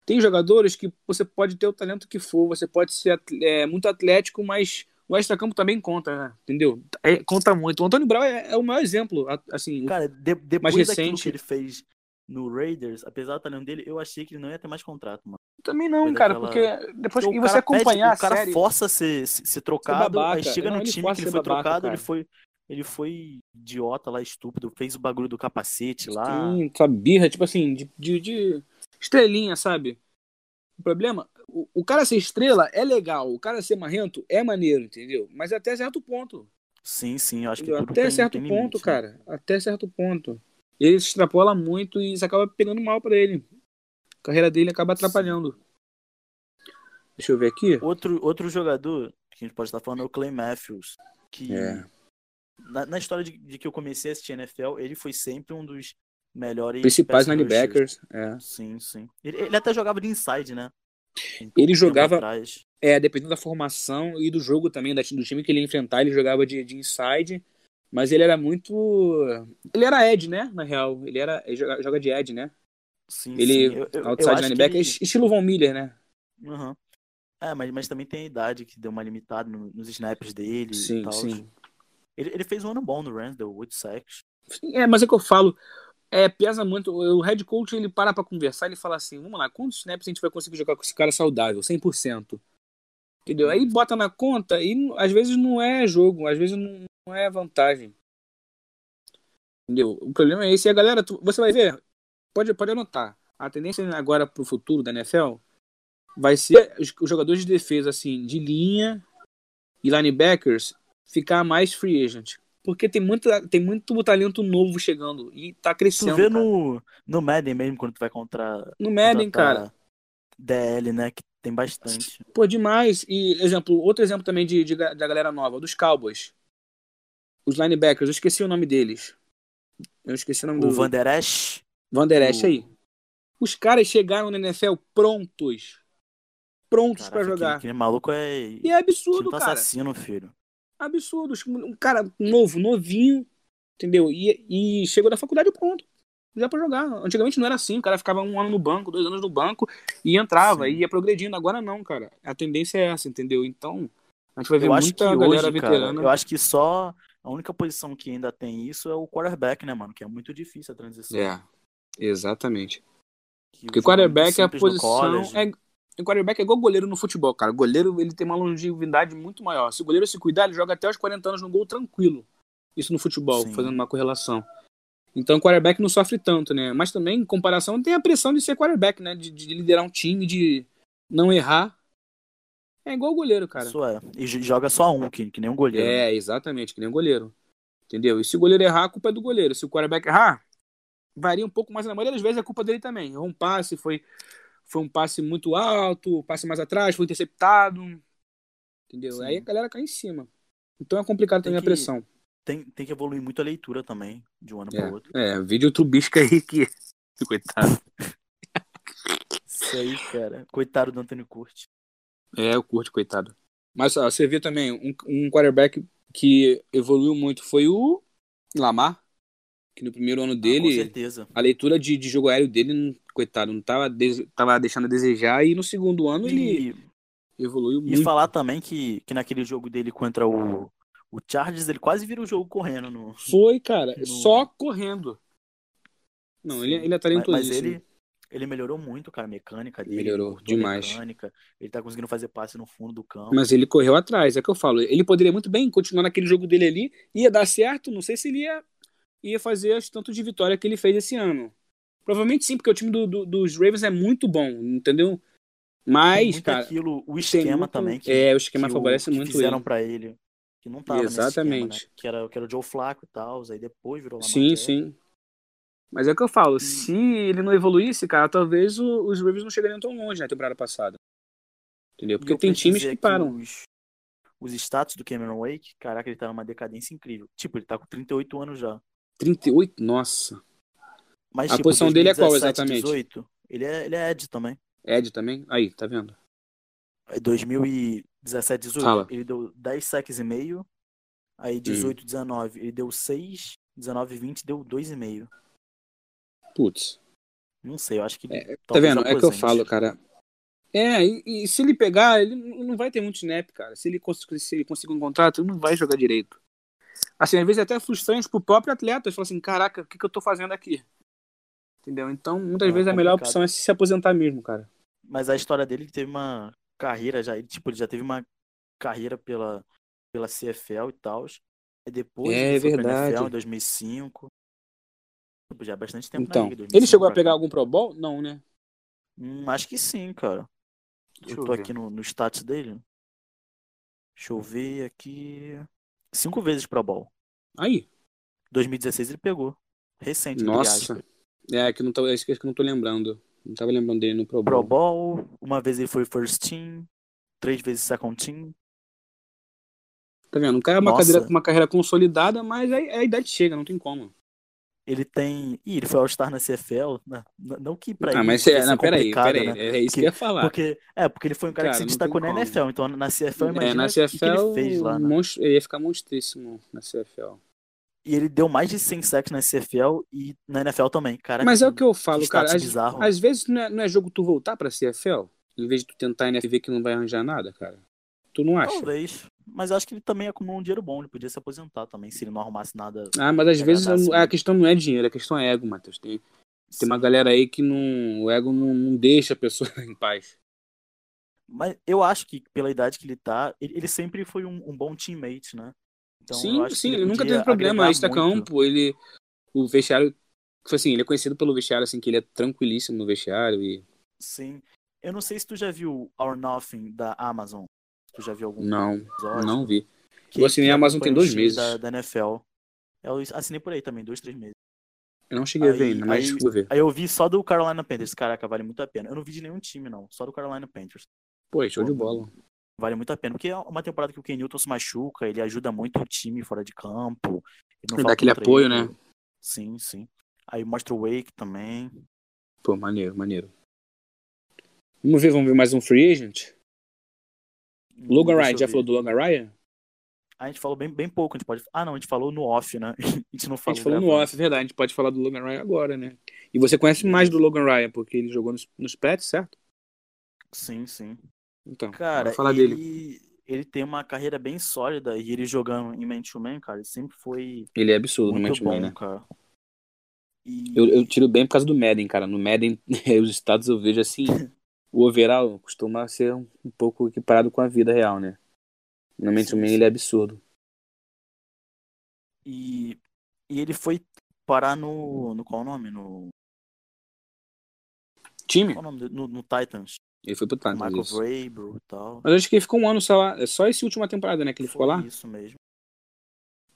[SPEAKER 2] Tem jogadores que você pode ter o talento que for, você pode ser at- é, muito atlético, mas o extracampo também conta, né? entendeu? É, conta muito. O Antônio Brown é, é o maior exemplo. a- Assim,
[SPEAKER 1] Cara, de- depois
[SPEAKER 2] Mais
[SPEAKER 1] daquilo
[SPEAKER 2] recente.
[SPEAKER 1] que ele fez no Raiders, apesar do talento dele, eu achei que ele não ia ter mais contrato, mano.
[SPEAKER 2] também não,
[SPEAKER 1] Mas
[SPEAKER 2] cara,
[SPEAKER 1] aquela-
[SPEAKER 2] porque depois
[SPEAKER 1] Então,
[SPEAKER 2] que
[SPEAKER 1] o
[SPEAKER 2] você
[SPEAKER 1] cara pede-
[SPEAKER 2] acompanhar
[SPEAKER 1] o cara
[SPEAKER 2] a série,
[SPEAKER 1] força a ser, se- ser trocado, aí
[SPEAKER 2] babaca.
[SPEAKER 1] chega
[SPEAKER 2] Não,
[SPEAKER 1] no
[SPEAKER 2] ele
[SPEAKER 1] time
[SPEAKER 2] força
[SPEAKER 1] que ele
[SPEAKER 2] ser
[SPEAKER 1] foi
[SPEAKER 2] babaca,
[SPEAKER 1] trocado, ele
[SPEAKER 2] cara.
[SPEAKER 1] foi, ele foi idiota lá, estúpido, fez o bagulho do capacete lá.
[SPEAKER 2] Sim, sabe, birra, tipo assim, de, de, de estrelinha, sabe? O problema, o, o cara ser estrela é legal, o cara ser marrento é maneiro, entendeu? Mas até certo ponto.
[SPEAKER 1] Sim, sim, eu acho que
[SPEAKER 2] entendeu?
[SPEAKER 1] tudo
[SPEAKER 2] Até
[SPEAKER 1] tem-
[SPEAKER 2] certo
[SPEAKER 1] tem
[SPEAKER 2] ponto,
[SPEAKER 1] limite, né?
[SPEAKER 2] cara. Até certo ponto. Ele se extrapola muito e isso acaba pegando mal pra ele. A carreira dele acaba atrapalhando. Deixa eu ver aqui.
[SPEAKER 1] Outro, outro jogador que a gente pode estar falando é o Clay Matthews, que
[SPEAKER 2] É.
[SPEAKER 1] na, na história de, de que eu comecei a assistir NFL, ele foi sempre um dos melhores
[SPEAKER 2] Principais
[SPEAKER 1] pass rushers.
[SPEAKER 2] linebackers. É.
[SPEAKER 1] Sim, sim. Ele, ele até jogava de inside, né? Um
[SPEAKER 2] Ele
[SPEAKER 1] tempo
[SPEAKER 2] jogava
[SPEAKER 1] atrás.
[SPEAKER 2] É, dependendo da formação e do jogo também, da- do time que ele ia enfrentar, ele jogava de, de inside. Mas ele era muito. Ele era Ed, né? Na real. Ele era. Ele joga, joga de Ed, né?
[SPEAKER 1] Sim,
[SPEAKER 2] Ele-
[SPEAKER 1] sim. Eu- eu- eu
[SPEAKER 2] Outside
[SPEAKER 1] acho que
[SPEAKER 2] linebacker.
[SPEAKER 1] ele-
[SPEAKER 2] es- Estilo Von Miller, né?
[SPEAKER 1] Aham. É, mas, mas também tem a idade que deu uma limitada no- nos snaps dele e
[SPEAKER 2] Sim,
[SPEAKER 1] tal.
[SPEAKER 2] sim.
[SPEAKER 1] Ele, ele fez um ano bom no Rams, deu 8 sacks.
[SPEAKER 2] É, mas é que eu falo. É, pesa muito. O head coach, ele para pra conversar, ele fala assim: vamos lá, quantos snaps a gente vai conseguir jogar com esse cara saudável? 100%. Entendeu? Aí bota na conta e n- às vezes não é jogo, às vezes não, não é vantagem. Entendeu? O problema é esse. E a galera, tu- você vai ver, pode, pode anotar. A tendência agora pro futuro da NFL vai ser os, os jogadores de defesa, assim, de linha e linebackers ficar mais free agent. Porque tem muito, tem muito talento novo chegando e tá
[SPEAKER 1] Tu
[SPEAKER 2] crescendo.
[SPEAKER 1] vê
[SPEAKER 2] cara.
[SPEAKER 1] no, Ah, tá. no Madden mesmo, quando tu vai contra,
[SPEAKER 2] no Madden,
[SPEAKER 1] contratar
[SPEAKER 2] cara.
[SPEAKER 1] DL, né? Que tem bastante.
[SPEAKER 2] Pô, demais. E, exemplo, outro exemplo também de, de ga- da galera nova, dos Cowboys. Os linebackers, eu esqueci o nome deles. Eu esqueci o nome
[SPEAKER 1] O
[SPEAKER 2] do
[SPEAKER 1] Van Der Esch,
[SPEAKER 2] Van Der Esch
[SPEAKER 1] o-
[SPEAKER 2] aí. Os caras chegaram na NFL prontos. Prontos pra
[SPEAKER 1] caraca,
[SPEAKER 2] jogar.
[SPEAKER 1] Aquele, aquele maluco é
[SPEAKER 2] E é absurdo,
[SPEAKER 1] quinto
[SPEAKER 2] cara.
[SPEAKER 1] assassino, filho.
[SPEAKER 2] Absurdo. Um cara novo, novinho, entendeu? E, e chegou da faculdade pronto. Já pra jogar. Antigamente não era assim. O cara ficava um ano no banco, dois anos no banco e entrava
[SPEAKER 1] Sim.
[SPEAKER 2] e ia progredindo. Agora não, cara. A tendência é essa, entendeu? Então, a gente vai ver
[SPEAKER 1] Eu acho que
[SPEAKER 2] muita galera
[SPEAKER 1] hoje, cara,
[SPEAKER 2] veterana.
[SPEAKER 1] eu acho que só a única posição que ainda tem isso é o quarterback, né, mano? Que é muito difícil a transição.
[SPEAKER 2] É, exatamente.
[SPEAKER 1] Que
[SPEAKER 2] Porque
[SPEAKER 1] o jogo é muito
[SPEAKER 2] quarterback é a
[SPEAKER 1] simples no
[SPEAKER 2] posição.
[SPEAKER 1] college.
[SPEAKER 2] É, o quarterback é igual goleiro no futebol, cara. O goleiro ele tem uma longevidade muito maior. Se o goleiro se cuidar, ele joga até os 40 anos no gol tranquilo. Isso no futebol,
[SPEAKER 1] Sim.
[SPEAKER 2] fazendo uma correlação. Então o quarterback não sofre tanto, né? Mas também, em comparação, tem a pressão de ser quarterback, né? De, de liderar um time, de não errar. É igual o goleiro, cara.
[SPEAKER 1] Isso é. E j- joga só um, que, que nem um goleiro. né?
[SPEAKER 2] É, exatamente, que nem o goleiro. Entendeu? E se o goleiro errar, a culpa é do goleiro. Se o quarterback errar, varia um pouco, mas na maioria das vezes é culpa dele também. Errou um passe, foi, foi um passe muito alto, um passe mais atrás, foi interceptado. Entendeu?
[SPEAKER 1] Sim.
[SPEAKER 2] Aí a galera cai em cima. Então é complicado
[SPEAKER 1] Tem
[SPEAKER 2] também a
[SPEAKER 1] que-
[SPEAKER 2] pressão.
[SPEAKER 1] Tem, tem que evoluir muito a leitura também, de um ano para o outro.
[SPEAKER 2] É, vídeo trubisca aí que. Coitado.
[SPEAKER 1] Isso aí, cara. Coitado do Ah, Antônio Curti.
[SPEAKER 2] É, eu curto, coitado. Mas ó, você viu também um, um quarterback que evoluiu muito foi o Lamar, que no primeiro ano
[SPEAKER 1] Ah, Com
[SPEAKER 2] dele.
[SPEAKER 1] certeza.
[SPEAKER 2] a leitura de, de jogo aéreo dele, não- coitado, não tava, dese- tava deixando a desejar. E no segundo ano ele
[SPEAKER 1] E,
[SPEAKER 2] evoluiu
[SPEAKER 1] e
[SPEAKER 2] muito.
[SPEAKER 1] falar também que, que naquele jogo dele contra o, o Chargers, ele quase vira o jogo correndo no.
[SPEAKER 2] Foi, cara,
[SPEAKER 1] No-
[SPEAKER 2] só correndo. Não, ele, ele é
[SPEAKER 1] Mas, mas
[SPEAKER 2] talentosíssimo.
[SPEAKER 1] ele, ele melhorou muito, cara, a mecânica dele.
[SPEAKER 2] Melhorou
[SPEAKER 1] ele curtiu a
[SPEAKER 2] demais.
[SPEAKER 1] Mecânica, ele tá conseguindo fazer passe no fundo do campo.
[SPEAKER 2] Mas ele correu atrás, é o que eu falo. Ele poderia muito bem continuar naquele jogo dele ali, ia dar certo, não sei se ele ia, ia fazer as tanto de vitória que ele fez esse ano. Provavelmente sim, porque o time do- do- dos Ravens é muito bom, entendeu?
[SPEAKER 1] Tem
[SPEAKER 2] Mas,
[SPEAKER 1] muito
[SPEAKER 2] cara,
[SPEAKER 1] aquilo, o
[SPEAKER 2] tem
[SPEAKER 1] esquema
[SPEAKER 2] muito-
[SPEAKER 1] também que,
[SPEAKER 2] é, o
[SPEAKER 1] que,
[SPEAKER 2] esquema
[SPEAKER 1] o-
[SPEAKER 2] favorece
[SPEAKER 1] que
[SPEAKER 2] muito ele.
[SPEAKER 1] fizeram pra ele. Que não tava nesse esquema,
[SPEAKER 2] Exatamente.
[SPEAKER 1] né? que, era, que era o Joe Flacco e tal, aí depois virou o Lamar
[SPEAKER 2] Sim,
[SPEAKER 1] Jackson.
[SPEAKER 2] sim. Mas é o que eu
[SPEAKER 1] Hum.
[SPEAKER 2] falo, se ele não evoluísse, cara, talvez o- os Ravens não chegariam tão longe na temporada passada. Entendeu?
[SPEAKER 1] E
[SPEAKER 2] Porque
[SPEAKER 1] eu
[SPEAKER 2] tem
[SPEAKER 1] preciso
[SPEAKER 2] times
[SPEAKER 1] dizer um
[SPEAKER 2] que param.
[SPEAKER 1] Os, os status do Cameron Wake, caraca, ele tá numa decadência incrível. Tipo, ele tá com 38 anos já.
[SPEAKER 2] 38? Nossa.
[SPEAKER 1] Mas,
[SPEAKER 2] A
[SPEAKER 1] tipo,
[SPEAKER 2] posição dele é qual
[SPEAKER 1] 2017,
[SPEAKER 2] exatamente?
[SPEAKER 1] 18, ele, é, ele é Ed também.
[SPEAKER 2] Ed também? Aí, tá vendo?
[SPEAKER 1] Aí 2017, 18,
[SPEAKER 2] Fala. Hum.
[SPEAKER 1] ele deu 10 saques e meio. Aí 18, 19, ele deu 6. 19, 20, deu 2,5.
[SPEAKER 2] Putz.
[SPEAKER 1] Não sei, eu acho que. É,
[SPEAKER 2] Tá vendo? É que eu falo, cara. É, e, e se ele pegar, ele n- não vai ter muito snap, cara. Se ele, cons- se ele conseguir um contrato, ele não vai jogar direito. Assim, às vezes é até frustrante pro próprio atleta. Ele fala assim, caraca, o que, que eu tô fazendo aqui? Entendeu? Então, muitas
[SPEAKER 1] É
[SPEAKER 2] vezes a melhor
[SPEAKER 1] complicado.
[SPEAKER 2] opção é se aposentar mesmo, cara.
[SPEAKER 1] Mas a história dele ele teve uma carreira já. Ele, tipo, ele já teve uma carreira pela, pela CFL e tal. E depois
[SPEAKER 2] É
[SPEAKER 1] ele foi pra
[SPEAKER 2] verdade.
[SPEAKER 1] NFL em 2005. Tipo, já há bastante tempo na
[SPEAKER 2] Então,
[SPEAKER 1] liga, 2005
[SPEAKER 2] ele chegou a
[SPEAKER 1] pra cá.
[SPEAKER 2] pegar algum Pro Bowl? Não, né?
[SPEAKER 1] Hum, acho que sim, cara.
[SPEAKER 2] Deixa
[SPEAKER 1] eu
[SPEAKER 2] eu
[SPEAKER 1] tô
[SPEAKER 2] ver.
[SPEAKER 1] aqui no, no status dele. Deixa eu ver aqui. Cinco vezes Pro Bowl.
[SPEAKER 2] Aí.
[SPEAKER 1] 2016 ele pegou. Recente, entre aspas.
[SPEAKER 2] Nossa. É, que não tô, é isso que eu não tô lembrando. Não tava lembrando dele no Pro
[SPEAKER 1] Pro
[SPEAKER 2] Bowl.
[SPEAKER 1] Bowl, uma vez ele foi first team, três vezes second team.
[SPEAKER 2] Tá vendo? O cara é uma,
[SPEAKER 1] Nossa.
[SPEAKER 2] cadeira, uma carreira consolidada, mas aí a idade chega, não tem como.
[SPEAKER 1] Ele tem. Ih, ele foi All-Star na CFL. na- na- né? Não que pra
[SPEAKER 2] Ah,
[SPEAKER 1] ele
[SPEAKER 2] mas
[SPEAKER 1] isso
[SPEAKER 2] é,
[SPEAKER 1] seja
[SPEAKER 2] não, peraí,
[SPEAKER 1] complicado,
[SPEAKER 2] peraí.
[SPEAKER 1] né?
[SPEAKER 2] É isso que
[SPEAKER 1] Porque-
[SPEAKER 2] eu ia falar.
[SPEAKER 1] Porque, é, porque ele foi um cara,
[SPEAKER 2] Cara,
[SPEAKER 1] que se
[SPEAKER 2] não
[SPEAKER 1] destacou
[SPEAKER 2] tem
[SPEAKER 1] na
[SPEAKER 2] como.
[SPEAKER 1] NFL, então na CFL imagina
[SPEAKER 2] É, na
[SPEAKER 1] o que que ele
[SPEAKER 2] CFL,
[SPEAKER 1] fez lá, né?
[SPEAKER 2] monstro- ele ia ficar monstríssimo na CFL.
[SPEAKER 1] E ele deu mais de 100 sacks na CFL e na NFL também. Caraca,
[SPEAKER 2] Mas é o que eu falo,
[SPEAKER 1] status
[SPEAKER 2] cara. Às,
[SPEAKER 1] bizarro.
[SPEAKER 2] às vezes não é, não é jogo tu voltar pra CFL, em vez de tu tentar NFV que não vai arranjar nada, cara. Tu não acha?
[SPEAKER 1] Talvez. Mas eu acho que ele também acumulou um dinheiro bom. Ele podia se aposentar também, se ele não arrumasse nada.
[SPEAKER 2] Ah, mas às
[SPEAKER 1] Tá
[SPEAKER 2] vezes
[SPEAKER 1] gravado,
[SPEAKER 2] não- a
[SPEAKER 1] sim.
[SPEAKER 2] questão não é dinheiro, a questão é ego, Matheus. Tem, tem uma galera aí que não, o ego não, não deixa a pessoa em paz.
[SPEAKER 1] Mas eu acho que, pela idade que ele tá, ele, ele sempre foi um, um bom teammate, né? Então, eu
[SPEAKER 2] sim,
[SPEAKER 1] acho que
[SPEAKER 2] sim, ele nunca
[SPEAKER 1] podia
[SPEAKER 2] teve problema.
[SPEAKER 1] agregar
[SPEAKER 2] Isso é
[SPEAKER 1] muito.
[SPEAKER 2] campo, ele. O vestiário. Foi assim, ele é conhecido pelo vestiário, assim, que ele é tranquilíssimo no vestiário e.
[SPEAKER 1] Sim. Eu não sei se tu já viu Our Nothing da Amazon. Se Tu já viu algum
[SPEAKER 2] Não,
[SPEAKER 1] episódio?
[SPEAKER 2] não vi.
[SPEAKER 1] Que,
[SPEAKER 2] Eu assinei
[SPEAKER 1] que
[SPEAKER 2] a Amazon tem
[SPEAKER 1] acompanha
[SPEAKER 2] dois
[SPEAKER 1] os times
[SPEAKER 2] meses.
[SPEAKER 1] Da, da NFL. Eu assinei por aí também, dois, três meses.
[SPEAKER 2] Eu não cheguei a ver
[SPEAKER 1] Aí-
[SPEAKER 2] ainda, mas
[SPEAKER 1] aí-
[SPEAKER 2] vou ver.
[SPEAKER 1] Aí eu vi só do Carolina Panthers. Caraca, vale muito a pena. Eu não vi de nenhum time, não. Só do Carolina Panthers.
[SPEAKER 2] Pô, show de bola.
[SPEAKER 1] Vale muito a pena. Porque é uma temporada que o Ken Newton se machuca, ele ajuda muito o time fora de campo. Ele não
[SPEAKER 2] Dá
[SPEAKER 1] falta
[SPEAKER 2] aquele
[SPEAKER 1] um
[SPEAKER 2] apoio,
[SPEAKER 1] treino.
[SPEAKER 2] né?
[SPEAKER 1] Sim, sim. Aí mostra o Wake também.
[SPEAKER 2] Pô, maneiro, maneiro. Vamos ver, vamos ver mais um free agent. Logan
[SPEAKER 1] Deixa
[SPEAKER 2] Ryan,
[SPEAKER 1] eu
[SPEAKER 2] já
[SPEAKER 1] ver.
[SPEAKER 2] falou do Logan Ryan?
[SPEAKER 1] A gente falou bem, bem pouco, a gente pode. Ah, não, a gente falou no off, né? A gente não
[SPEAKER 2] A
[SPEAKER 1] falou.
[SPEAKER 2] gente falou no
[SPEAKER 1] gravando.
[SPEAKER 2] off, é verdade. A gente pode falar do Logan Ryan agora, né? E você conhece mais do Logan Ryan, porque ele jogou nos, nos Pets, certo?
[SPEAKER 1] Sim, sim.
[SPEAKER 2] Então,
[SPEAKER 1] Cara,
[SPEAKER 2] bora falar
[SPEAKER 1] ele,
[SPEAKER 2] dele.
[SPEAKER 1] ele tem uma carreira bem sólida e ele jogando em Man to Man, cara, ele sempre foi
[SPEAKER 2] Ele é absurdo no
[SPEAKER 1] muito
[SPEAKER 2] Matchman,
[SPEAKER 1] bom,
[SPEAKER 2] né?
[SPEAKER 1] cara. E
[SPEAKER 2] Eu, eu tiro bem por causa do Madden, cara. No Madden, é, os estados eu vejo assim. o overall costuma ser um um pouco equiparado com a vida real, né? No
[SPEAKER 1] Sim,
[SPEAKER 2] Matchman,
[SPEAKER 1] sim.
[SPEAKER 2] ele é absurdo.
[SPEAKER 1] E, e ele foi parar no. no qual o nome? No,
[SPEAKER 2] Time?
[SPEAKER 1] qual o nome? do- No, no Titans.
[SPEAKER 2] Ele foi pro
[SPEAKER 1] Com Michael
[SPEAKER 2] Titans. isso.
[SPEAKER 1] Vrabel e tal.
[SPEAKER 2] Mas acho que ele ficou um ano só lá. É Só essa última temporada, né? Que ele ficou lá.
[SPEAKER 1] Foi Isso mesmo.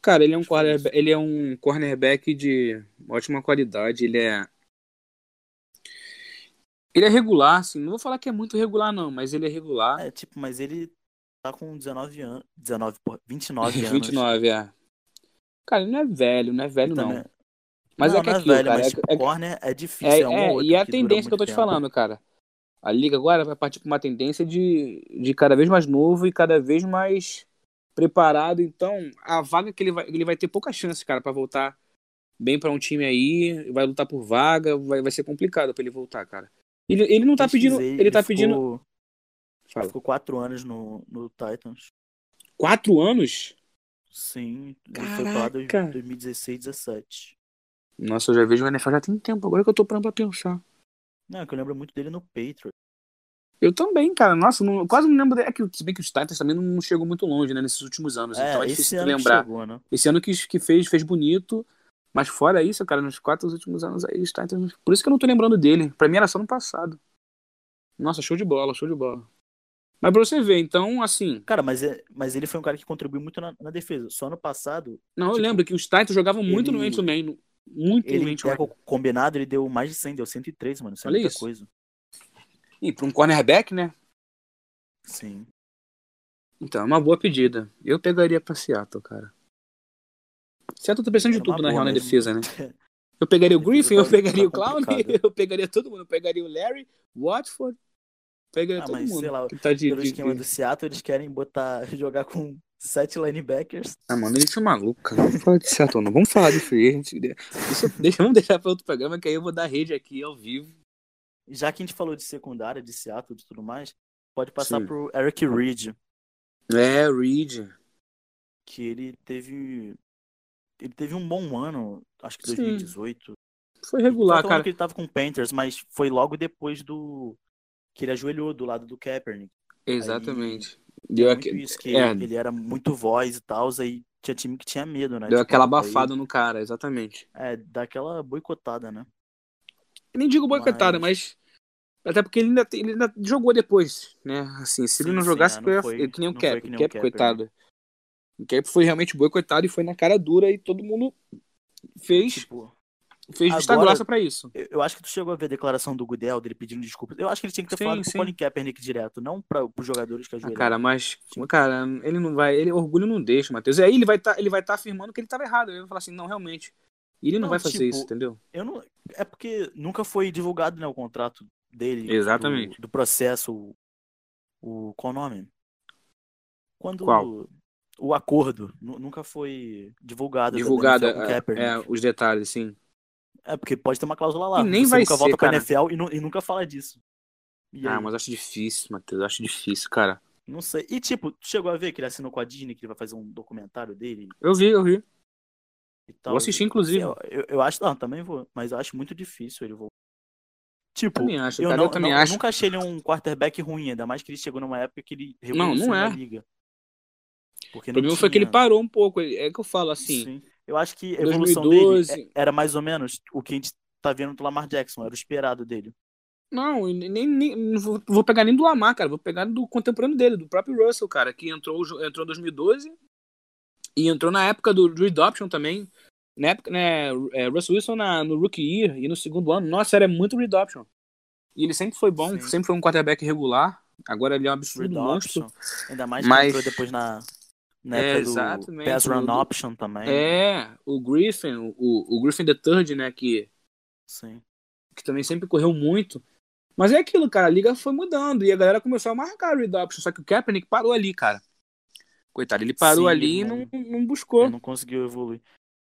[SPEAKER 2] Cara, ele é um,
[SPEAKER 1] Acho que foi
[SPEAKER 2] cornerba- ele é um cornerback de ótima qualidade. Ele é. Ele é regular, assim. Não vou falar que é muito regular, não, mas ele é regular.
[SPEAKER 1] É, tipo, mas ele tá com 19 anos. 19, porra, 29 anos.
[SPEAKER 2] 29, é. Cara, ele não é velho, não é velho, não.
[SPEAKER 1] Também-
[SPEAKER 2] Mas
[SPEAKER 1] tá não,
[SPEAKER 2] é que é
[SPEAKER 1] não
[SPEAKER 2] aquilo,
[SPEAKER 1] velho,
[SPEAKER 2] cara.
[SPEAKER 1] mas
[SPEAKER 2] é-
[SPEAKER 1] tipo,
[SPEAKER 2] é-
[SPEAKER 1] corner é difícil.
[SPEAKER 2] É,
[SPEAKER 1] É, um ou
[SPEAKER 2] é,
[SPEAKER 1] outro
[SPEAKER 2] e é a
[SPEAKER 1] que dura
[SPEAKER 2] tendência que eu
[SPEAKER 1] muito
[SPEAKER 2] tô te
[SPEAKER 1] tempo.
[SPEAKER 2] falando, cara. A liga agora vai partir pra uma tendência de, de cada vez mais novo e cada vez mais preparado. Então, a vaga que ele vai, ele vai ter pouca chance, cara, pra voltar bem pra um time aí, vai lutar por vaga, vai, vai ser complicado pra ele voltar, cara. Ele, ele não tá pedindo,
[SPEAKER 1] Pesquisei,
[SPEAKER 2] ele, tá pedindo,
[SPEAKER 1] ficou-
[SPEAKER 2] fala,
[SPEAKER 1] Ficou quatro anos no, no Titans.
[SPEAKER 2] quatro anos?
[SPEAKER 1] Sim, ele foi pra lá em
[SPEAKER 2] Caraca.
[SPEAKER 1] 2016, 17.
[SPEAKER 2] Nossa, eu já vejo o NFL já tem tempo, agora que eu tô parando pra pensar.
[SPEAKER 1] Não, é que eu lembro muito dele no Patriot.
[SPEAKER 2] Eu também, cara. Nossa, não- eu quase não lembro. dele. É que, se bem que os Titans também não chegou muito longe, né, nesses últimos anos.
[SPEAKER 1] É,
[SPEAKER 2] então é
[SPEAKER 1] esse
[SPEAKER 2] difícil de
[SPEAKER 1] ano que
[SPEAKER 2] lembrar.
[SPEAKER 1] chegou, né?
[SPEAKER 2] Esse ano que, que fez, fez bonito. Mas fora isso, cara, nos quatro últimos anos aí, os Titans. Por isso que eu não tô lembrando dele. Pra mim era só no passado. Nossa, show de bola, show de bola. Mas pra você ver, então, assim.
[SPEAKER 1] Cara, mas, é, mas ele foi um cara que contribuiu muito na, na defesa. Só ano passado,
[SPEAKER 2] Não, eu
[SPEAKER 1] Tipo,
[SPEAKER 2] lembro que os Titans jogavam muito no
[SPEAKER 1] ele-
[SPEAKER 2] Ant Man. no- Muito no
[SPEAKER 1] ele
[SPEAKER 2] Ant Man.
[SPEAKER 1] tackle combinado, ele deu mais de 100, deu 103, mano. Isso é
[SPEAKER 2] Olha
[SPEAKER 1] muita
[SPEAKER 2] isso.
[SPEAKER 1] coisa.
[SPEAKER 2] E pra um cornerback, né?
[SPEAKER 1] Sim.
[SPEAKER 2] Então, é uma boa pedida. Eu pegaria pra Seattle, cara. Seattle tá pensando de
[SPEAKER 1] É
[SPEAKER 2] tudo
[SPEAKER 1] uma
[SPEAKER 2] na
[SPEAKER 1] boa
[SPEAKER 2] real na
[SPEAKER 1] mesmo.
[SPEAKER 2] defesa, né? Eu pegaria o Griffin, eu
[SPEAKER 1] tá-
[SPEAKER 2] pegaria o
[SPEAKER 1] tá
[SPEAKER 2] Clown,
[SPEAKER 1] complicado.
[SPEAKER 2] eu pegaria todo mundo. Eu pegaria o Larry, Watford. Pegaria
[SPEAKER 1] Ah,
[SPEAKER 2] É todo
[SPEAKER 1] mas
[SPEAKER 2] mundo.
[SPEAKER 1] sei lá,
[SPEAKER 2] que tá de,
[SPEAKER 1] pelo
[SPEAKER 2] de,
[SPEAKER 1] esquema do
[SPEAKER 2] de...
[SPEAKER 1] Seattle, eles querem botar, jogar com sete linebackers.
[SPEAKER 2] Ah, mano, eles são malucos, cara. Vamos falar de Seattle, não. Vamos falar de free agent. Isso, deixa, vamos deixar pra outro programa, que aí eu vou dar rede aqui ao vivo.
[SPEAKER 1] Já que a gente falou de secundária, de Seattle, de tudo mais, pode passar
[SPEAKER 2] Sim.
[SPEAKER 1] pro Eric Reed,
[SPEAKER 2] É, Reed.
[SPEAKER 1] que ele teve. Ele teve um bom ano, acho que
[SPEAKER 2] Sim.
[SPEAKER 1] 2018.
[SPEAKER 2] Foi regular,
[SPEAKER 1] Falta um ano
[SPEAKER 2] cara.
[SPEAKER 1] que ele tava com o Panthers, mas foi logo depois do. que ele ajoelhou do lado do Kaepernick.
[SPEAKER 2] Exatamente.
[SPEAKER 1] Deu
[SPEAKER 2] Deu,
[SPEAKER 1] muito
[SPEAKER 2] aque-
[SPEAKER 1] isso, que
[SPEAKER 2] é.
[SPEAKER 1] ele era muito voz e tal, aí tinha time que tinha medo, né?
[SPEAKER 2] deu
[SPEAKER 1] de
[SPEAKER 2] aquela
[SPEAKER 1] botar
[SPEAKER 2] abafada no cara, exatamente.
[SPEAKER 1] ele. É, daquela boicotada, né?
[SPEAKER 2] Eu nem digo boicotada, mas... Até porque ele ainda, tem- ele ainda jogou depois, né? Assim, se ele
[SPEAKER 1] Sim,
[SPEAKER 2] não
[SPEAKER 1] sim,
[SPEAKER 2] jogasse,
[SPEAKER 1] é, não
[SPEAKER 2] foi,
[SPEAKER 1] foi-
[SPEAKER 2] ele que nem o
[SPEAKER 1] não foi
[SPEAKER 2] Cap.
[SPEAKER 1] que
[SPEAKER 2] O
[SPEAKER 1] nem o
[SPEAKER 2] Cap, né?
[SPEAKER 1] Cap,
[SPEAKER 2] coitado. O Cap foi realmente boicotado e foi na cara dura e todo mundo fez,
[SPEAKER 1] Tipo,
[SPEAKER 2] fez vista
[SPEAKER 1] agora-
[SPEAKER 2] grossa pra isso.
[SPEAKER 1] eu, eu acho que tu chegou a ver a declaração do Goodell dele pedindo desculpas. Eu acho que ele tinha que ter
[SPEAKER 2] Sim,
[SPEAKER 1] falado pro
[SPEAKER 2] sim.
[SPEAKER 1] Colin Kaepernick direto, não pra, pros jogadores que
[SPEAKER 2] Ah,
[SPEAKER 1] ajoelharam.
[SPEAKER 2] cara, mas, cara, ele não vai, ele orgulho não deixa, Matheus. E aí ele vai tá, ele vai estar afirmando que ele estava errado. Ele vai falar assim, não, realmente. E ele não,
[SPEAKER 1] Não,
[SPEAKER 2] vai fazer
[SPEAKER 1] tipo,
[SPEAKER 2] isso, entendeu?
[SPEAKER 1] Eu não, é porque nunca foi divulgado né, o contrato dele.
[SPEAKER 2] Exatamente.
[SPEAKER 1] Do, do processo. O, o- qual o nome? Quando
[SPEAKER 2] Qual?
[SPEAKER 1] o acordo nu- nunca foi divulgado. da
[SPEAKER 2] Divulgada
[SPEAKER 1] NFL com né? o né? Kaepernick.
[SPEAKER 2] é, os detalhes, sim.
[SPEAKER 1] É, porque pode ter uma cláusula lá.
[SPEAKER 2] E nem
[SPEAKER 1] você
[SPEAKER 2] vai
[SPEAKER 1] nunca
[SPEAKER 2] ser,
[SPEAKER 1] volta
[SPEAKER 2] cara.
[SPEAKER 1] pra NFL e, nu- e nunca fala disso. E
[SPEAKER 2] Ah,
[SPEAKER 1] aí?
[SPEAKER 2] mas acho difícil, Matheus. Acho difícil, cara.
[SPEAKER 1] Não sei. E tipo, tu chegou a ver que ele assinou com a Disney, que ele vai fazer um documentário dele
[SPEAKER 2] Eu vi, eu vi.
[SPEAKER 1] e tal.
[SPEAKER 2] Vou assistir, inclusive.
[SPEAKER 1] Eu, eu, eu acho. Não, também vou. Mas eu acho muito difícil ele voltar. Tipo,
[SPEAKER 2] também acho,
[SPEAKER 1] eu,
[SPEAKER 2] cara.
[SPEAKER 1] não,
[SPEAKER 2] eu também
[SPEAKER 1] não- eu
[SPEAKER 2] acho.
[SPEAKER 1] nunca achei ele um quarterback ruim, ainda mais que ele chegou numa época que ele
[SPEAKER 2] Não, não
[SPEAKER 1] revolucionou
[SPEAKER 2] é.
[SPEAKER 1] a liga. Porque
[SPEAKER 2] O
[SPEAKER 1] não
[SPEAKER 2] problema foi que
[SPEAKER 1] tinha-
[SPEAKER 2] ele parou um pouco. ele- É que eu falo assim.
[SPEAKER 1] Sim. Eu acho que a evolução
[SPEAKER 2] 2012.
[SPEAKER 1] dele é- era mais ou menos o que a gente tá vendo do Lamar Jackson, era o esperado dele.
[SPEAKER 2] Não, e nem, nem- não vou, vou pegar nem do Lamar, cara. Vou pegar do contemporâneo dele, do próprio Russell, cara, que entrou, jo- entrou em 2012 e entrou na época do Drew Dobson também. Na época, né, é, Russell Wilson na- no rookie year e no segundo ano, nossa, era muito Drew Dobson. E ele sempre foi bom,
[SPEAKER 1] Sim.
[SPEAKER 2] sempre foi um quarterback regular. Agora ele é um
[SPEAKER 1] Read
[SPEAKER 2] absurdo monstro.
[SPEAKER 1] option. Ainda mais que
[SPEAKER 2] Mas-
[SPEAKER 1] entrou depois na, na
[SPEAKER 2] É,
[SPEAKER 1] época do
[SPEAKER 2] exatamente,
[SPEAKER 1] Pass Run
[SPEAKER 2] do-
[SPEAKER 1] Option também.
[SPEAKER 2] É, o Griffin, o, o Griffin the Third, né, que
[SPEAKER 1] Sim.
[SPEAKER 2] que também sempre correu muito. Mas é aquilo, cara, a liga foi mudando e a galera começou a marcar o Redoption, só que o Kaepernick parou ali, cara. Coitado, ele parou
[SPEAKER 1] Sim,
[SPEAKER 2] ali
[SPEAKER 1] ele
[SPEAKER 2] e não, não
[SPEAKER 1] Ele
[SPEAKER 2] buscou.
[SPEAKER 1] não conseguiu evoluir.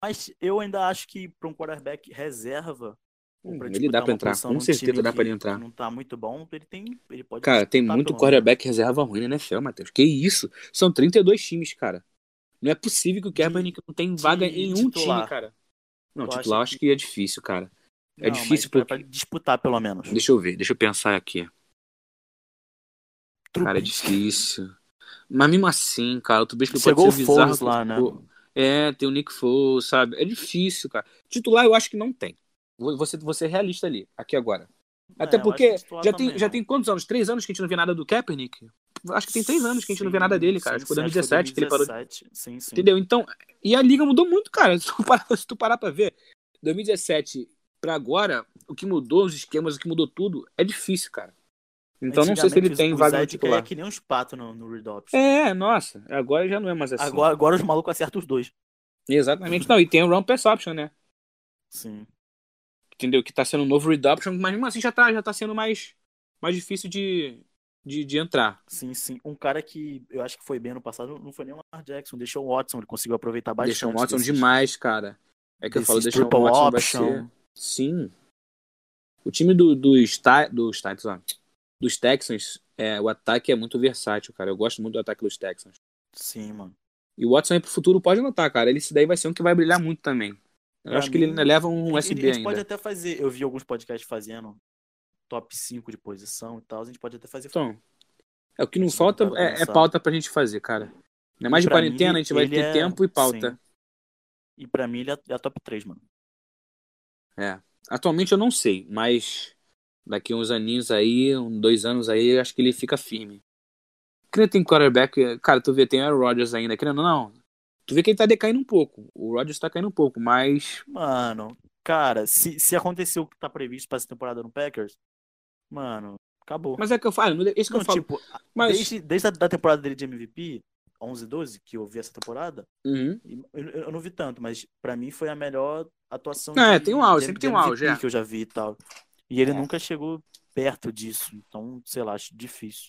[SPEAKER 1] Mas eu ainda acho que para um quarterback reserva, ou
[SPEAKER 2] Hum,
[SPEAKER 1] pra
[SPEAKER 2] ele
[SPEAKER 1] disputar
[SPEAKER 2] dá pra
[SPEAKER 1] uma
[SPEAKER 2] entrar,
[SPEAKER 1] posição
[SPEAKER 2] com
[SPEAKER 1] num
[SPEAKER 2] certeza
[SPEAKER 1] time
[SPEAKER 2] dá pra ele
[SPEAKER 1] que-
[SPEAKER 2] entrar.
[SPEAKER 1] que Não tá muito bom, ele tem, ele pode
[SPEAKER 2] Cara, tem
[SPEAKER 1] disputar
[SPEAKER 2] muito
[SPEAKER 1] pelo
[SPEAKER 2] quarterback reserva ruim na NFL, Matheus. Que isso? São 32 times, cara. Não é possível que o
[SPEAKER 1] De-
[SPEAKER 2] Kaepernick não tenha vaga
[SPEAKER 1] de
[SPEAKER 2] em um
[SPEAKER 1] titular.
[SPEAKER 2] time, cara. Não,
[SPEAKER 1] Tu acha
[SPEAKER 2] titular acho que é difícil, cara.
[SPEAKER 1] menos.
[SPEAKER 2] É
[SPEAKER 1] Não,
[SPEAKER 2] difícil
[SPEAKER 1] mas
[SPEAKER 2] porque-
[SPEAKER 1] pra disputar pelo menos.
[SPEAKER 2] Deixa eu ver, deixa eu pensar aqui. Cara, é difícil. Mas mesmo assim, cara, o Trubisky
[SPEAKER 1] Chegou
[SPEAKER 2] pode ser
[SPEAKER 1] o Foles
[SPEAKER 2] bizarro.
[SPEAKER 1] lá, né?
[SPEAKER 2] Pô, É, tem o Nick Foles, sabe? É difícil, cara. Titular eu acho que não tem. Vou, vou ser, vou ser é realista ali, aqui agora. Até
[SPEAKER 1] É, eu acho
[SPEAKER 2] porque
[SPEAKER 1] que titular
[SPEAKER 2] já,
[SPEAKER 1] também
[SPEAKER 2] tem, já
[SPEAKER 1] não.
[SPEAKER 2] tem quantos anos? Três anos que a gente não vê nada do Kaepernick? Acho que tem três anos que a gente não vê nada dele,
[SPEAKER 1] Sim,
[SPEAKER 2] cara. acho que foi
[SPEAKER 1] sim,
[SPEAKER 2] 2017 que ele parou.
[SPEAKER 1] 2017, Sim, sim.
[SPEAKER 2] Entendeu? Então, e a liga mudou muito, cara. Se tu parar, se tu parar pra ver, 2017 pra agora, o que mudou, os esquemas, o que mudou tudo, é difícil, cara. Então não sei se ele
[SPEAKER 1] Antigamente,
[SPEAKER 2] tem
[SPEAKER 1] o
[SPEAKER 2] vaga no
[SPEAKER 1] Zed caía
[SPEAKER 2] titular.
[SPEAKER 1] que nem uns patos no, no Read Option.
[SPEAKER 2] É, nossa, agora já não é mais assim.
[SPEAKER 1] agora, agora os malucos acertam os dois.
[SPEAKER 2] Exatamente, não, e tem o Round Perception, né?
[SPEAKER 1] Sim.
[SPEAKER 2] Entendeu? Que tá sendo um novo Redoption, mas mesmo assim já tá, já tá sendo mais, mais difícil de, de, de entrar.
[SPEAKER 1] Sim, sim. Um cara que eu acho que foi bem ano passado não foi nem o Lamar Jackson, deixou o Watson, ele conseguiu aproveitar bastante.
[SPEAKER 2] Deixa o Watson
[SPEAKER 1] desses-
[SPEAKER 2] demais, cara. É que eu falo,
[SPEAKER 1] desses
[SPEAKER 2] deixa o
[SPEAKER 1] triple
[SPEAKER 2] Watson vai ser.
[SPEAKER 1] option.
[SPEAKER 2] Sim. O time do, dos Ti- dos Titans, ó, dos Texans, é, o ataque é muito versátil, cara. Eu gosto muito do ataque dos Texans.
[SPEAKER 1] Sim, mano.
[SPEAKER 2] E o Watson aí pro futuro pode notar, cara. Ele, esse daí vai ser um que vai brilhar muito também. Eu
[SPEAKER 1] Pra
[SPEAKER 2] acho que ele
[SPEAKER 1] mim,
[SPEAKER 2] ainda leva um
[SPEAKER 1] a gente
[SPEAKER 2] USB ainda.
[SPEAKER 1] pode até fazer, eu vi alguns podcasts fazendo top 5 de posição e tal, a gente pode até fazer
[SPEAKER 2] Então, é, o que não
[SPEAKER 1] Isso,
[SPEAKER 2] falta
[SPEAKER 1] dá pra
[SPEAKER 2] é, é
[SPEAKER 1] pensar.
[SPEAKER 2] pauta pra gente fazer, cara. Ainda é mais de
[SPEAKER 1] Pra
[SPEAKER 2] quarentena,
[SPEAKER 1] mim,
[SPEAKER 2] a gente vai
[SPEAKER 1] ele
[SPEAKER 2] ter
[SPEAKER 1] é-
[SPEAKER 2] tempo e pauta.
[SPEAKER 1] sim. e pra mim ele é é top 3, mano.
[SPEAKER 2] É. Atualmente eu não sei, mas daqui uns aninhos aí, um, dois anos aí, eu acho que ele fica firme. Que nem tem quarterback, cara, tu vê, tem o Rodgers ainda, querendo ou não. Tu vê que ele tá decaindo um pouco. O Rodgers tá caindo um pouco, mas.
[SPEAKER 1] Mano, cara, se, se acontecer o que tá previsto pra essa temporada no Packers, mano, Acabou.
[SPEAKER 3] Mas é que eu falo, ah, isso que
[SPEAKER 1] Não,
[SPEAKER 3] eu falo.
[SPEAKER 1] tipo,
[SPEAKER 3] mas...
[SPEAKER 1] desde, desde a da temporada dele de MVP, 11 12, que eu vi essa temporada,
[SPEAKER 3] Uhum.
[SPEAKER 1] e eu, eu não vi tanto, mas pra mim foi a melhor atuação.
[SPEAKER 3] É,
[SPEAKER 1] de-
[SPEAKER 3] tem um auge,
[SPEAKER 1] de-
[SPEAKER 3] sempre
[SPEAKER 1] de
[SPEAKER 3] tem um auge,
[SPEAKER 1] MVP
[SPEAKER 3] é.
[SPEAKER 1] Que eu já vi e tal. E ele
[SPEAKER 2] É.
[SPEAKER 1] nunca chegou perto disso, então, sei lá, acho difícil.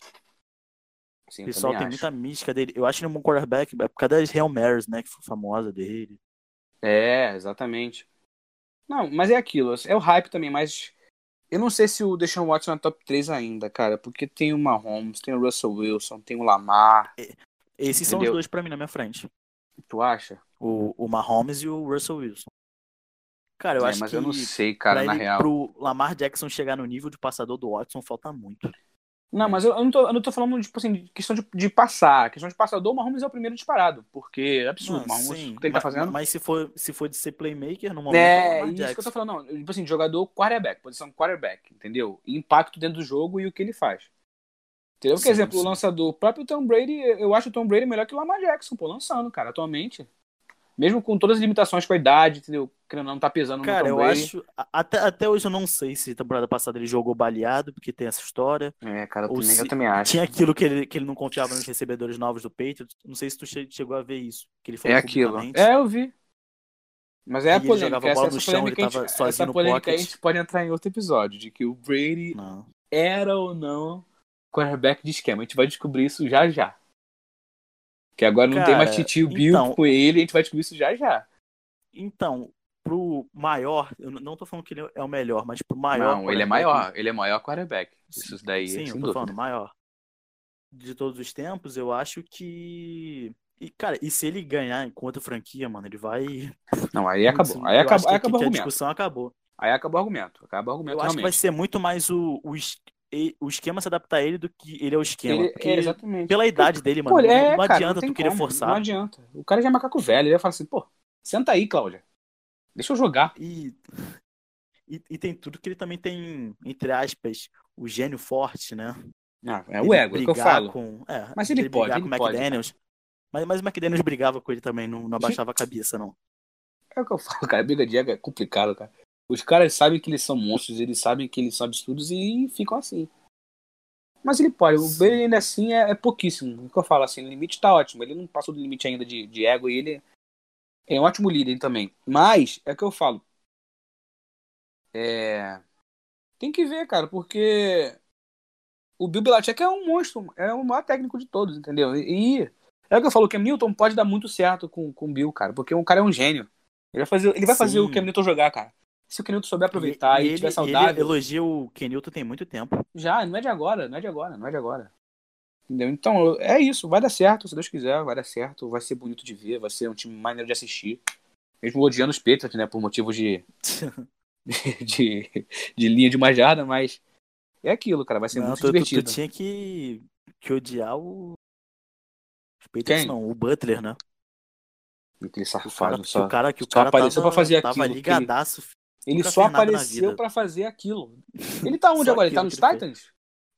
[SPEAKER 2] Sim,
[SPEAKER 1] O
[SPEAKER 2] eu
[SPEAKER 1] pessoal tem
[SPEAKER 2] também acho.
[SPEAKER 1] muita mística dele. Eu acho ele um bom quarterback, é por causa das Hail Marys, né, que foi famosa dele.
[SPEAKER 2] É, exatamente. Não, mas é aquilo. É o hype também, mas eu não sei se o Deshaun Watson é top 3 ainda, cara, porque tem o Mahomes, tem o Russell Wilson, tem o Lamar,
[SPEAKER 1] Esses são os
[SPEAKER 2] Entendeu?
[SPEAKER 1] dois pra mim na minha frente.
[SPEAKER 2] tu acha?
[SPEAKER 1] O, o Mahomes e o Russell Wilson. Cara, eu
[SPEAKER 2] É,
[SPEAKER 1] acho
[SPEAKER 2] mas
[SPEAKER 1] que
[SPEAKER 2] eu não sei, cara,
[SPEAKER 1] pra
[SPEAKER 2] na
[SPEAKER 1] ele-
[SPEAKER 2] real.
[SPEAKER 1] pro Lamar Jackson chegar no nível de passador do Watson falta muito.
[SPEAKER 2] Não, mas eu, eu não tô, eu não tô falando, tipo assim, de questão de, de passar. Questão de passador, o Mahomes é o primeiro disparado. Porque é
[SPEAKER 1] Não,
[SPEAKER 2] absurdo. o Mahomes,
[SPEAKER 1] Ah, sim,
[SPEAKER 2] o que ele tá
[SPEAKER 1] mas-
[SPEAKER 2] fazendo?
[SPEAKER 1] Mas se for, se for de ser playmaker no momento, é o
[SPEAKER 2] É,
[SPEAKER 1] Lamar
[SPEAKER 2] isso que eu tô
[SPEAKER 1] Jackson.
[SPEAKER 2] falando, não. Tipo assim, jogador quarterback, posição quarterback, entendeu? Impacto dentro do jogo e o que ele faz. Entendeu? Por
[SPEAKER 1] Sim,
[SPEAKER 2] exemplo, o
[SPEAKER 1] sim.
[SPEAKER 2] lançador, o próprio Tom Brady, eu acho o Tom Brady melhor que o Lamar Jackson, pô, lançando, cara, atualmente. Mesmo com todas as limitações com a idade, entendeu? Querendo ou não tá pesando
[SPEAKER 1] Cara,
[SPEAKER 2] no Tom
[SPEAKER 1] eu
[SPEAKER 2] Brady.
[SPEAKER 1] acho. a- Até, até hoje eu não sei se temporada passada ele jogou baleado, porque tem essa história.
[SPEAKER 2] É, cara, eu
[SPEAKER 1] Ou
[SPEAKER 2] também,
[SPEAKER 1] se-
[SPEAKER 2] eu também acho.
[SPEAKER 1] Tinha aquilo que ele, que ele não confiava nos recebedores novos do Patriots. Não sei se tu che- chegou a ver isso. Que ele
[SPEAKER 2] É
[SPEAKER 1] falou
[SPEAKER 2] aquilo.
[SPEAKER 1] publicamente.
[SPEAKER 2] É, eu vi. Mas é
[SPEAKER 1] E
[SPEAKER 2] a
[SPEAKER 1] ele jogava a
[SPEAKER 2] polêmica. Essa,
[SPEAKER 1] bola
[SPEAKER 2] essa
[SPEAKER 1] no chão, ele
[SPEAKER 2] polêmica, a gente,
[SPEAKER 1] tava sozinho
[SPEAKER 2] essa
[SPEAKER 1] no
[SPEAKER 2] polêmica aí a
[SPEAKER 1] pocket.
[SPEAKER 2] gente pode entrar em outro episódio, de que o Brady
[SPEAKER 1] Não.
[SPEAKER 2] era ou não quarterback de esquema. A gente vai descobrir isso já já. Que agora não tem
[SPEAKER 1] Cara,
[SPEAKER 2] mais titio Bill
[SPEAKER 1] então-
[SPEAKER 2] com ele, a gente vai descobrir isso já já.
[SPEAKER 1] Então, pro maior, eu n- não tô falando que ele é o melhor, mas pro maior.
[SPEAKER 2] não, ele é
[SPEAKER 1] quarterback-
[SPEAKER 2] maior, ele é maior quarterback. Isso daí,
[SPEAKER 1] Sim,
[SPEAKER 2] sem
[SPEAKER 1] eu tô
[SPEAKER 2] dúvida.
[SPEAKER 1] falando maior. De todos os tempos, eu acho que. E, cara, e se ele ganhar enquanto franquia, mano, ele vai.
[SPEAKER 2] Não, aí
[SPEAKER 1] Isso, eu acho
[SPEAKER 2] acabou. Aí acabou,
[SPEAKER 1] que- que
[SPEAKER 2] aí acabou o
[SPEAKER 1] a
[SPEAKER 2] argumento.
[SPEAKER 1] discussão acabou.
[SPEAKER 2] Aí acabou o argumento. Acabou o argumento
[SPEAKER 1] Eu acho que vai
[SPEAKER 2] realmente.
[SPEAKER 1] ser muito mais o, o, es- e- o esquema se adaptar a ele do que ele ao esquema.
[SPEAKER 2] Ele-
[SPEAKER 1] porque
[SPEAKER 2] é, exatamente.
[SPEAKER 1] pela idade dele, mano,
[SPEAKER 2] Pô,
[SPEAKER 1] não, não
[SPEAKER 2] é, cara,
[SPEAKER 1] adianta
[SPEAKER 2] tem
[SPEAKER 1] tu querer
[SPEAKER 2] como, Não
[SPEAKER 1] forçar.
[SPEAKER 2] adianta. O cara já é macaco velho, ele vai falar assim, pô, senta aí, Cláudia. Deixa eu jogar.
[SPEAKER 1] E, e, e tem tudo que ele também tem, entre aspas, o gênio forte, né?
[SPEAKER 2] Ah, é
[SPEAKER 1] Ele
[SPEAKER 2] o ego, é o que eu
[SPEAKER 1] brigar
[SPEAKER 2] falo.
[SPEAKER 1] Com, é,
[SPEAKER 2] Mas ele pode,
[SPEAKER 1] brigar
[SPEAKER 2] ele
[SPEAKER 1] com o
[SPEAKER 2] pode,
[SPEAKER 1] McDaniels. Mas, mas o McDaniels brigava com ele também, não, não abaixava a cabeça, não.
[SPEAKER 2] É o que eu falo, cara. Briga de ego é complicado, cara. Os caras sabem que eles são monstros, eles sabem que eles são absurdos e ficam assim. Mas ele pode, o
[SPEAKER 1] Sim.
[SPEAKER 2] Bailey ainda assim é, é pouquíssimo. O que eu falo assim, o limite tá ótimo. Ele não passou do limite ainda de, de ego e ele é um ótimo líder também. Mas, é o que eu falo. É. Tem que ver, cara, porque o Bill Belichick é um monstro, é o maior técnico de todos, entendeu? E, e é o que eu falo, o Cam Newton pode dar muito certo com, com o Bill, cara, porque o cara é um gênio. Ele vai fazer, ele vai fazer
[SPEAKER 1] Sim.
[SPEAKER 2] o Cam Newton jogar, cara. Se o Cam Newton souber aproveitar e,
[SPEAKER 1] ele,
[SPEAKER 2] tiver
[SPEAKER 1] ele
[SPEAKER 2] saudável,
[SPEAKER 1] elogia o Kenilton tem muito tempo.
[SPEAKER 2] já, não é de agora, não é de agora, não é de agora. Entendeu? Então, eu- é isso, vai dar certo, se Deus quiser, vai dar certo, vai ser bonito de ver, vai ser um time maneiro de assistir. Mesmo odiando os Patriots, né, por motivos de, é de, de linha de uma jarda, mas é aquilo, cara, vai ser
[SPEAKER 1] Não,
[SPEAKER 2] muito
[SPEAKER 1] tu, tu- tu
[SPEAKER 2] divertido.
[SPEAKER 1] tinha que, que odiar o. Os Patriots
[SPEAKER 2] Quem?
[SPEAKER 1] não, o Butler, né?
[SPEAKER 2] Aquele
[SPEAKER 1] O um cara,
[SPEAKER 2] safado,
[SPEAKER 1] que
[SPEAKER 2] só.
[SPEAKER 1] o cara que o
[SPEAKER 2] só
[SPEAKER 1] cara
[SPEAKER 2] apareceu
[SPEAKER 1] tava,
[SPEAKER 2] pra fazer
[SPEAKER 1] tava
[SPEAKER 2] aquilo, que ele-
[SPEAKER 1] ligadaço. filho.
[SPEAKER 2] Ele
[SPEAKER 1] nunca
[SPEAKER 2] só
[SPEAKER 1] fez nada na
[SPEAKER 2] apareceu
[SPEAKER 1] vida.
[SPEAKER 2] pra fazer aquilo. Ele tá onde
[SPEAKER 1] Só
[SPEAKER 2] agora? Ele tá
[SPEAKER 1] aquilo
[SPEAKER 2] nos
[SPEAKER 1] que ele fez.
[SPEAKER 2] Titans?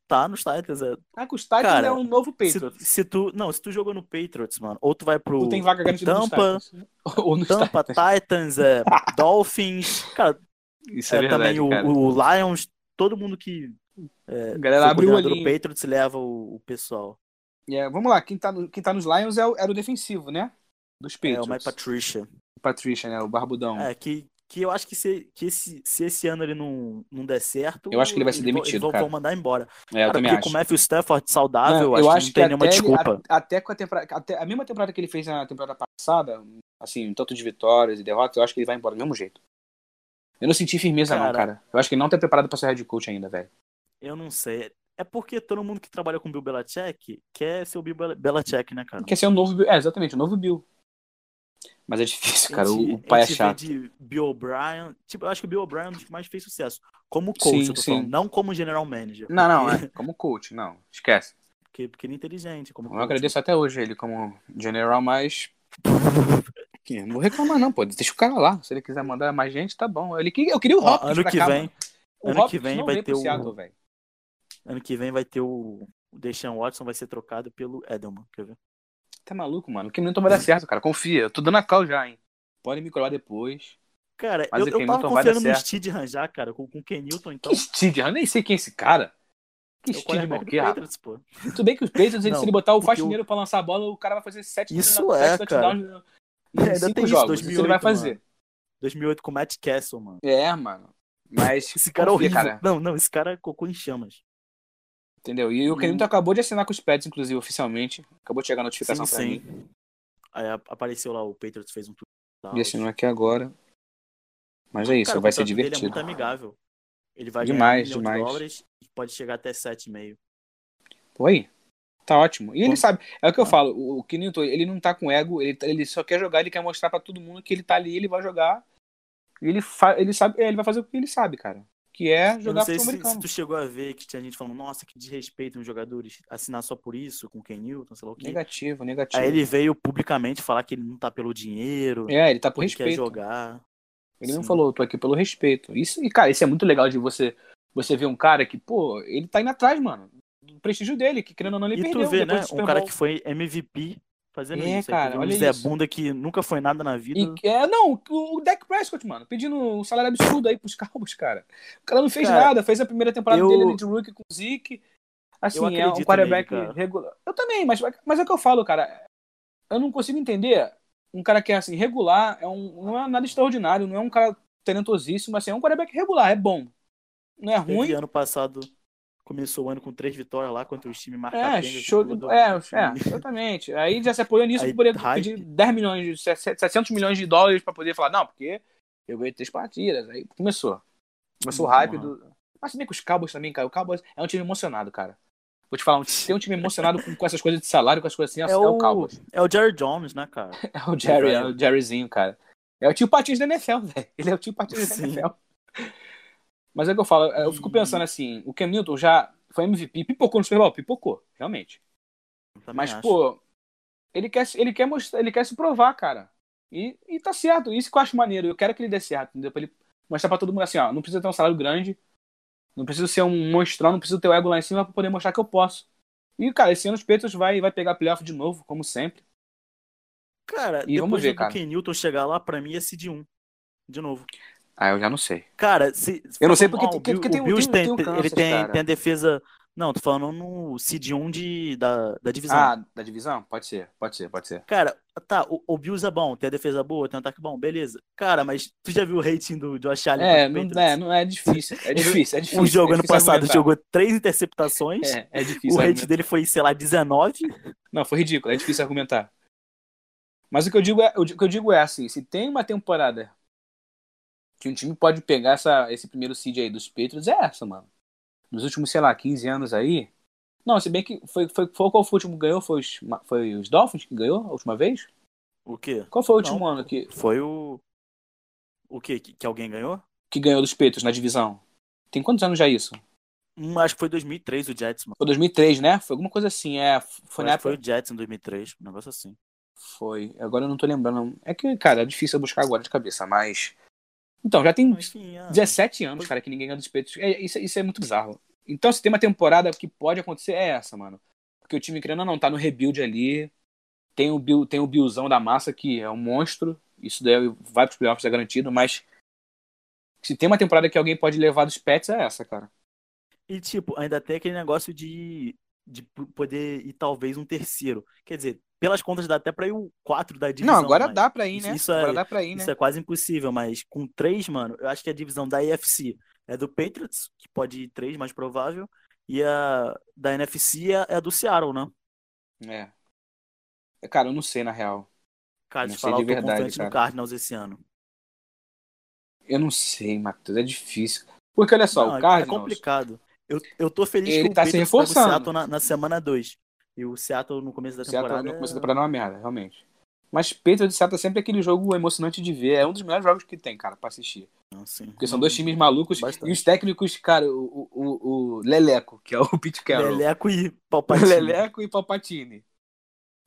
[SPEAKER 1] Tá nos Titans. É.
[SPEAKER 2] Ah, que os Titans
[SPEAKER 1] Cara,
[SPEAKER 2] é um novo Patriots.
[SPEAKER 1] Se, se tu, não, se tu jogou no Patriots, mano, ou tu vai pro
[SPEAKER 2] Tu tem vaga garantida nos
[SPEAKER 1] Tampa,
[SPEAKER 2] Titans. né? Ou nos Titans.
[SPEAKER 1] Tampa, Titans, é, Dolphins, cara,
[SPEAKER 2] Isso
[SPEAKER 1] é, também o, o Lions, todo mundo que
[SPEAKER 2] É, A galera
[SPEAKER 1] foi
[SPEAKER 2] abre o
[SPEAKER 1] coordenador
[SPEAKER 2] olhinho.
[SPEAKER 1] do Patriots leva o, o pessoal.
[SPEAKER 2] É, vamos lá, quem tá, no- quem tá nos Lions é o, era o defensivo, né? Dos
[SPEAKER 1] É, o Mike
[SPEAKER 2] Patriots.
[SPEAKER 1] Patricia.
[SPEAKER 2] Patricia, né? O Barbudão.
[SPEAKER 1] É, que, que eu acho que, se, que esse, se esse ano ele não, não der certo.
[SPEAKER 2] Eu acho que ele vai ser
[SPEAKER 1] eles vão-
[SPEAKER 2] demitido,
[SPEAKER 1] Eles vão,
[SPEAKER 2] cara.
[SPEAKER 1] vão mandar embora.
[SPEAKER 2] É, eu
[SPEAKER 1] cara,
[SPEAKER 2] também
[SPEAKER 1] porque
[SPEAKER 2] acho.
[SPEAKER 1] com o Matthew Stafford saudável,
[SPEAKER 2] Não,
[SPEAKER 1] eu acho, que não tem nenhuma
[SPEAKER 2] até ele-
[SPEAKER 1] desculpa.
[SPEAKER 2] a- até com a temporada. até a mesma temporada que ele fez na temporada passada, assim, tanto de vitórias e derrotas, eu acho que ele vai embora do mesmo jeito. Eu não senti firmeza, não,
[SPEAKER 1] Cara.
[SPEAKER 2] cara. Eu acho que ele não tá preparado pra ser head coach ainda, velho.
[SPEAKER 1] Eu não sei. É porque todo mundo que trabalha com Bill Belichick quer ser o Bill Bel- Belichick, né, cara?
[SPEAKER 2] Quer ser o novo Bill. É, exatamente, o novo Bill. Mas é difícil, cara.
[SPEAKER 1] A gente-
[SPEAKER 2] o, o pai
[SPEAKER 1] a
[SPEAKER 2] é
[SPEAKER 1] gente vê
[SPEAKER 2] chato.
[SPEAKER 1] de Bill O'Brien. Tipo, eu acho que o Bill O'Brien é um dos que mais fez sucesso. Como coach,
[SPEAKER 2] Sim,
[SPEAKER 1] eu tô
[SPEAKER 2] sim.
[SPEAKER 1] falando, não como general manager.
[SPEAKER 2] Não, não,
[SPEAKER 1] porque,
[SPEAKER 2] é. Como coach, não. Esquece.
[SPEAKER 1] porque, porque ele é inteligente. Como
[SPEAKER 2] Eu
[SPEAKER 1] coach.
[SPEAKER 2] agradeço até hoje ele como general, mas. Eu Não vou reclamar, não, pô. Deixa o cara lá. Se ele quiser mandar mais gente, tá bom. Ele... que- Eu queria o
[SPEAKER 1] Ó,
[SPEAKER 2] Hopkins
[SPEAKER 1] ano
[SPEAKER 2] pra
[SPEAKER 1] que
[SPEAKER 2] cá,
[SPEAKER 1] vem,
[SPEAKER 2] mano. O
[SPEAKER 1] ano que
[SPEAKER 2] Hopkins
[SPEAKER 1] vem
[SPEAKER 2] não
[SPEAKER 1] vai
[SPEAKER 2] veio
[SPEAKER 1] ter
[SPEAKER 2] pro
[SPEAKER 1] o-
[SPEAKER 2] Seattle, velho.
[SPEAKER 1] ano que vem vai ter o. O Deshaun Watson vai ser trocado pelo Edelman, quer ver?
[SPEAKER 2] Tá maluco, mano? O Cam Newton vai dar certo, cara. Confia. Eu tô dando a cal já, hein? Pode me colar depois.
[SPEAKER 1] Cara,
[SPEAKER 2] Mas
[SPEAKER 1] eu,
[SPEAKER 2] o
[SPEAKER 1] eu
[SPEAKER 2] Ken
[SPEAKER 1] tava
[SPEAKER 2] Newton vai dar
[SPEAKER 1] confiando no
[SPEAKER 2] certo.
[SPEAKER 1] Steed Ranjar, cara, com, com o Ken Newton, então.
[SPEAKER 2] Que Steve, eu nem sei quem é esse cara. Que
[SPEAKER 1] É o quarterback
[SPEAKER 2] estigma,
[SPEAKER 1] do
[SPEAKER 2] que rapa.
[SPEAKER 1] Patriots, pô.
[SPEAKER 2] Tudo bem que os Patriots, eles,
[SPEAKER 1] Não,
[SPEAKER 2] se ele botar o
[SPEAKER 1] porque
[SPEAKER 2] faxineiro pra lançar a bola, o cara vai fazer sete
[SPEAKER 1] Isso
[SPEAKER 2] touchdowns-
[SPEAKER 1] é,
[SPEAKER 2] sete touchdowns né? em
[SPEAKER 1] Ainda
[SPEAKER 2] cinco
[SPEAKER 1] tem isso,
[SPEAKER 2] jogos. isso ele vai
[SPEAKER 1] 2008,
[SPEAKER 2] fazer.
[SPEAKER 1] 2008 com o Matt Castle, mano.
[SPEAKER 2] É, mano. Mas
[SPEAKER 1] Esse cara é
[SPEAKER 2] confia,
[SPEAKER 1] horrível. Não, não, esse cara é cocô em chamas.
[SPEAKER 2] Entendeu?
[SPEAKER 1] Hum.
[SPEAKER 2] E o Kenilton acabou de assinar com os Pets, inclusive, oficialmente. Acabou de chegar a notificação
[SPEAKER 1] Sim,
[SPEAKER 2] tá pra mim.
[SPEAKER 1] sim. Aí a- apareceu lá, o Patriots fez um tweet. e tal.
[SPEAKER 2] E assinou aqui agora. Mas é isso,
[SPEAKER 1] Cara, o
[SPEAKER 2] vai ser
[SPEAKER 1] contrato dele
[SPEAKER 2] divertido.
[SPEAKER 1] é muito amigável. Ele vai
[SPEAKER 2] Demais,
[SPEAKER 1] ganhar um milhão
[SPEAKER 2] demais.
[SPEAKER 1] de dólares e pode chegar até 7,5.
[SPEAKER 2] Pô, aí. Tá ótimo. E ele
[SPEAKER 1] Bom. Ah.
[SPEAKER 2] sabe, é o que eu falo, o- o Kenilton, ele não tá com ego, ele, tá- ele só quer jogar, ele quer mostrar pra todo mundo que ele tá ali, ele vai jogar. E ele, fa- ele sabe, é, ele vai fazer o que ele sabe, cara. Que é
[SPEAKER 1] Eu
[SPEAKER 2] jogar
[SPEAKER 1] não sei
[SPEAKER 2] futebol
[SPEAKER 1] se, se
[SPEAKER 2] americano.
[SPEAKER 1] tu chegou a ver que tinha gente falando, nossa, que desrespeito nos jogadores assinar só por isso, com o Ken Newton, sei lá o quê.
[SPEAKER 2] Negativo, negativo.
[SPEAKER 1] Aí Ah, ele veio publicamente falar que ele não tá pelo dinheiro,
[SPEAKER 2] É, ele tá por
[SPEAKER 1] ele quer
[SPEAKER 2] respeito.
[SPEAKER 1] jogar.
[SPEAKER 2] Ele não
[SPEAKER 1] Sim.
[SPEAKER 2] falou, eu tô aqui pelo respeito. Isso, e, cara, isso é muito legal de você você ver um cara que, pô, ele tá indo atrás, mano. Do prestígio dele, que querendo ou não, ele
[SPEAKER 1] e
[SPEAKER 2] perdeu
[SPEAKER 1] tu vê,
[SPEAKER 2] depois
[SPEAKER 1] né?
[SPEAKER 2] do Super
[SPEAKER 1] Um cara
[SPEAKER 2] Bowl.
[SPEAKER 1] que foi MVP fazendo
[SPEAKER 2] É,
[SPEAKER 1] isso.
[SPEAKER 2] cara,
[SPEAKER 1] aí tu vê um
[SPEAKER 2] olha
[SPEAKER 1] Zé
[SPEAKER 2] isso.
[SPEAKER 1] Bunda que nunca foi nada na vida.
[SPEAKER 2] E, é, não, o o Dak Prescott, mano, pedindo um salário absurdo aí pros Cowboys, cara. O cara não fez
[SPEAKER 1] Cara,
[SPEAKER 2] nada, fez a primeira temporada
[SPEAKER 1] eu-
[SPEAKER 2] dele ali de rookie com o Zeke.
[SPEAKER 1] Eu
[SPEAKER 2] Assim, é um
[SPEAKER 1] acredito
[SPEAKER 2] quarterback
[SPEAKER 1] nele, cara.
[SPEAKER 2] regular. Eu também, mas, mas é o que eu falo, cara. Eu não consigo entender um cara que é assim, regular, é um, não é nada extraordinário, não é um cara talentosíssimo, assim, é um quarterback regular, é bom. Não é
[SPEAKER 1] Teve
[SPEAKER 2] ruim,
[SPEAKER 1] ano passado começou o ano com três vitórias lá contra os times marcados.
[SPEAKER 2] É, show de... é, é, exatamente. Aí já se apoiou nisso
[SPEAKER 1] Aí,
[SPEAKER 2] pra poder
[SPEAKER 1] hype.
[SPEAKER 2] pedir 10 milhões, de- 700 milhões de dólares pra poder falar, não, porque eu ganhei três partidas. Aí começou. Começou o
[SPEAKER 1] Muito
[SPEAKER 2] hype
[SPEAKER 1] bom.
[SPEAKER 2] do. Mas se bem que os Cowboys também, cara. O Cowboys é um time emocionado, cara. Vou te falar, um- tem um time emocionado com, com essas coisas de salário, com as coisas assim, é,
[SPEAKER 1] É
[SPEAKER 2] o
[SPEAKER 1] o-
[SPEAKER 2] Cowboys.
[SPEAKER 1] É o Jared Jones, né, cara?
[SPEAKER 2] É o Jerry, é o Jerryzinho, cara. É o tio Patins da NFL, velho. Ele é o tio Patins da
[SPEAKER 1] Sim.
[SPEAKER 2] NFL. Mas é o que eu falo, eu fico
[SPEAKER 1] E-
[SPEAKER 2] pensando assim, o Cam Newton já foi MVP, pipocou no Super Bowl, pipocou, realmente.
[SPEAKER 1] Também
[SPEAKER 2] Mas,
[SPEAKER 1] acho.
[SPEAKER 2] pô, ele quer, se- ele quer mostrar, ele quer se provar, cara. E, e tá certo, isso que eu acho maneiro. Eu quero que ele dê certo, entendeu? Pra ele mostrar pra todo mundo assim, ó, não precisa ter um salário grande, não precisa ser um monstrão, não precisa ter o ego lá em cima pra poder mostrar que eu posso. E, cara, esse ano os Patriots vai, vai pegar playoff de novo, como sempre.
[SPEAKER 1] Cara,
[SPEAKER 2] E
[SPEAKER 1] depois
[SPEAKER 2] vamos ver,
[SPEAKER 1] do
[SPEAKER 2] cara.
[SPEAKER 1] Ken Newton chegar lá, pra mim é seed 1. De novo.
[SPEAKER 2] Ah, eu já não sei.
[SPEAKER 1] Cara, se.
[SPEAKER 2] Eu não sei
[SPEAKER 1] falam,
[SPEAKER 2] porque
[SPEAKER 1] ah, o
[SPEAKER 2] tem-
[SPEAKER 1] Bill-
[SPEAKER 2] porque
[SPEAKER 1] o
[SPEAKER 2] tem um-
[SPEAKER 1] Bills
[SPEAKER 2] tem- tem um
[SPEAKER 1] ele
[SPEAKER 2] Kansas,
[SPEAKER 1] tem,
[SPEAKER 2] cara.
[SPEAKER 1] tem a defesa. Não, tô falando no seed 1 de, da, da divisão.
[SPEAKER 2] Ah, da divisão? Pode ser, pode ser, pode ser.
[SPEAKER 1] Cara, tá, o, o Bills é bom, tem a defesa boa, tem um ataque bom, beleza. Cara, mas tu já viu o rating do Josh Allen? contra
[SPEAKER 2] É, não
[SPEAKER 1] o
[SPEAKER 2] é,
[SPEAKER 1] Patriots?
[SPEAKER 2] não é difícil. É difícil, é difícil.
[SPEAKER 1] o jogo
[SPEAKER 2] é
[SPEAKER 1] ano
[SPEAKER 2] difícil
[SPEAKER 1] passado
[SPEAKER 2] argumentar.
[SPEAKER 1] jogou três interceptações.
[SPEAKER 2] É, é
[SPEAKER 1] O
[SPEAKER 2] difícil.
[SPEAKER 1] rate
[SPEAKER 2] argumentar.
[SPEAKER 1] dele foi, sei lá, 19.
[SPEAKER 2] Não, foi ridículo, é difícil argumentar. Mas o que eu digo é, o que eu digo é assim, se tem uma temporada que um time pode pegar essa, esse primeiro seed aí dos Patriots, é essa, mano. Nos últimos, sei lá, 15 anos aí. Não, se bem que foi, foi, foi qual foi o último que ganhou? Foi os, ma- foi os Dolphins que ganhou a última vez?
[SPEAKER 1] O quê?
[SPEAKER 2] Qual foi o último
[SPEAKER 1] Não.
[SPEAKER 2] ano que,
[SPEAKER 1] Foi o. O quê? Que, que alguém ganhou?
[SPEAKER 2] que ganhou dos Patriots na divisão? Tem quantos anos já isso?
[SPEAKER 1] Hum, acho que foi 2003 o Jets, mano.
[SPEAKER 2] Foi 2003, né? Foi alguma coisa assim, é. Foi,
[SPEAKER 1] Foi,
[SPEAKER 2] na
[SPEAKER 1] acho que
[SPEAKER 2] época.
[SPEAKER 1] foi o Jets em 2003, um negócio assim.
[SPEAKER 2] Foi. Agora eu não tô lembrando. É que, cara, é difícil eu buscar agora de cabeça, mas. Então, já tem
[SPEAKER 1] Mas sim, é.
[SPEAKER 2] 17 anos, cara, que ninguém ganha dos peitos. É, isso, isso é muito bizarro. Então, se tem uma temporada que pode acontecer, é essa, mano. Porque o time, querendo ou não, tá no rebuild ali. Tem o, Bill, tem o Billzão da massa, que é um monstro. Isso daí vai pros playoffs, é garantido. Mas se tem uma temporada que alguém pode levar dos pets, é essa, cara.
[SPEAKER 1] E, tipo, ainda tem aquele negócio de, de p- poder ir talvez um terceiro. Quer dizer, pelas contas dá até pra ir o 4 da divisão.
[SPEAKER 2] não, agora
[SPEAKER 1] mas
[SPEAKER 2] dá pra ir,
[SPEAKER 1] isso-
[SPEAKER 2] né?
[SPEAKER 1] isso é-
[SPEAKER 2] agora dá pra ir, né?
[SPEAKER 1] Isso é quase impossível, mas com 3, mano, eu acho que a divisão da AFC é do Patriots, que pode ir 3, mais provável. E a da NFC é, é a do Seattle, né?
[SPEAKER 2] É. Cara, eu não sei, na real.
[SPEAKER 1] Cara,
[SPEAKER 2] Não
[SPEAKER 1] de
[SPEAKER 2] sei
[SPEAKER 1] falar,
[SPEAKER 2] de
[SPEAKER 1] eu tô
[SPEAKER 2] verdade,
[SPEAKER 1] confiante
[SPEAKER 2] cara.
[SPEAKER 1] no Cardinals esse ano.
[SPEAKER 2] Eu não sei, Matheus. É difícil. Porque, olha só,
[SPEAKER 1] Não,
[SPEAKER 2] o
[SPEAKER 1] É
[SPEAKER 2] Cardinals...
[SPEAKER 1] complicado. Eu, eu tô feliz
[SPEAKER 2] Ele
[SPEAKER 1] que o
[SPEAKER 2] tá se
[SPEAKER 1] Patriots
[SPEAKER 2] reforçando.
[SPEAKER 1] pega o Seattle na, na semana 2. E o Seattle no começo da
[SPEAKER 2] O Seattle
[SPEAKER 1] temporada.
[SPEAKER 2] no começo da temporada é uma merda, realmente. Mas Patriots e Seattle é sempre aquele jogo emocionante de ver. É um dos melhores jogos que tem, cara, pra assistir.
[SPEAKER 1] não, sim.
[SPEAKER 2] Porque são dois times malucos
[SPEAKER 1] Uhum. Bastante.
[SPEAKER 2] e os técnicos, cara, o, o- o, o Leleco, que é o Pete Carroll.
[SPEAKER 1] Leleco e
[SPEAKER 2] O
[SPEAKER 1] Palpatine.
[SPEAKER 2] Leleco e Palpatine.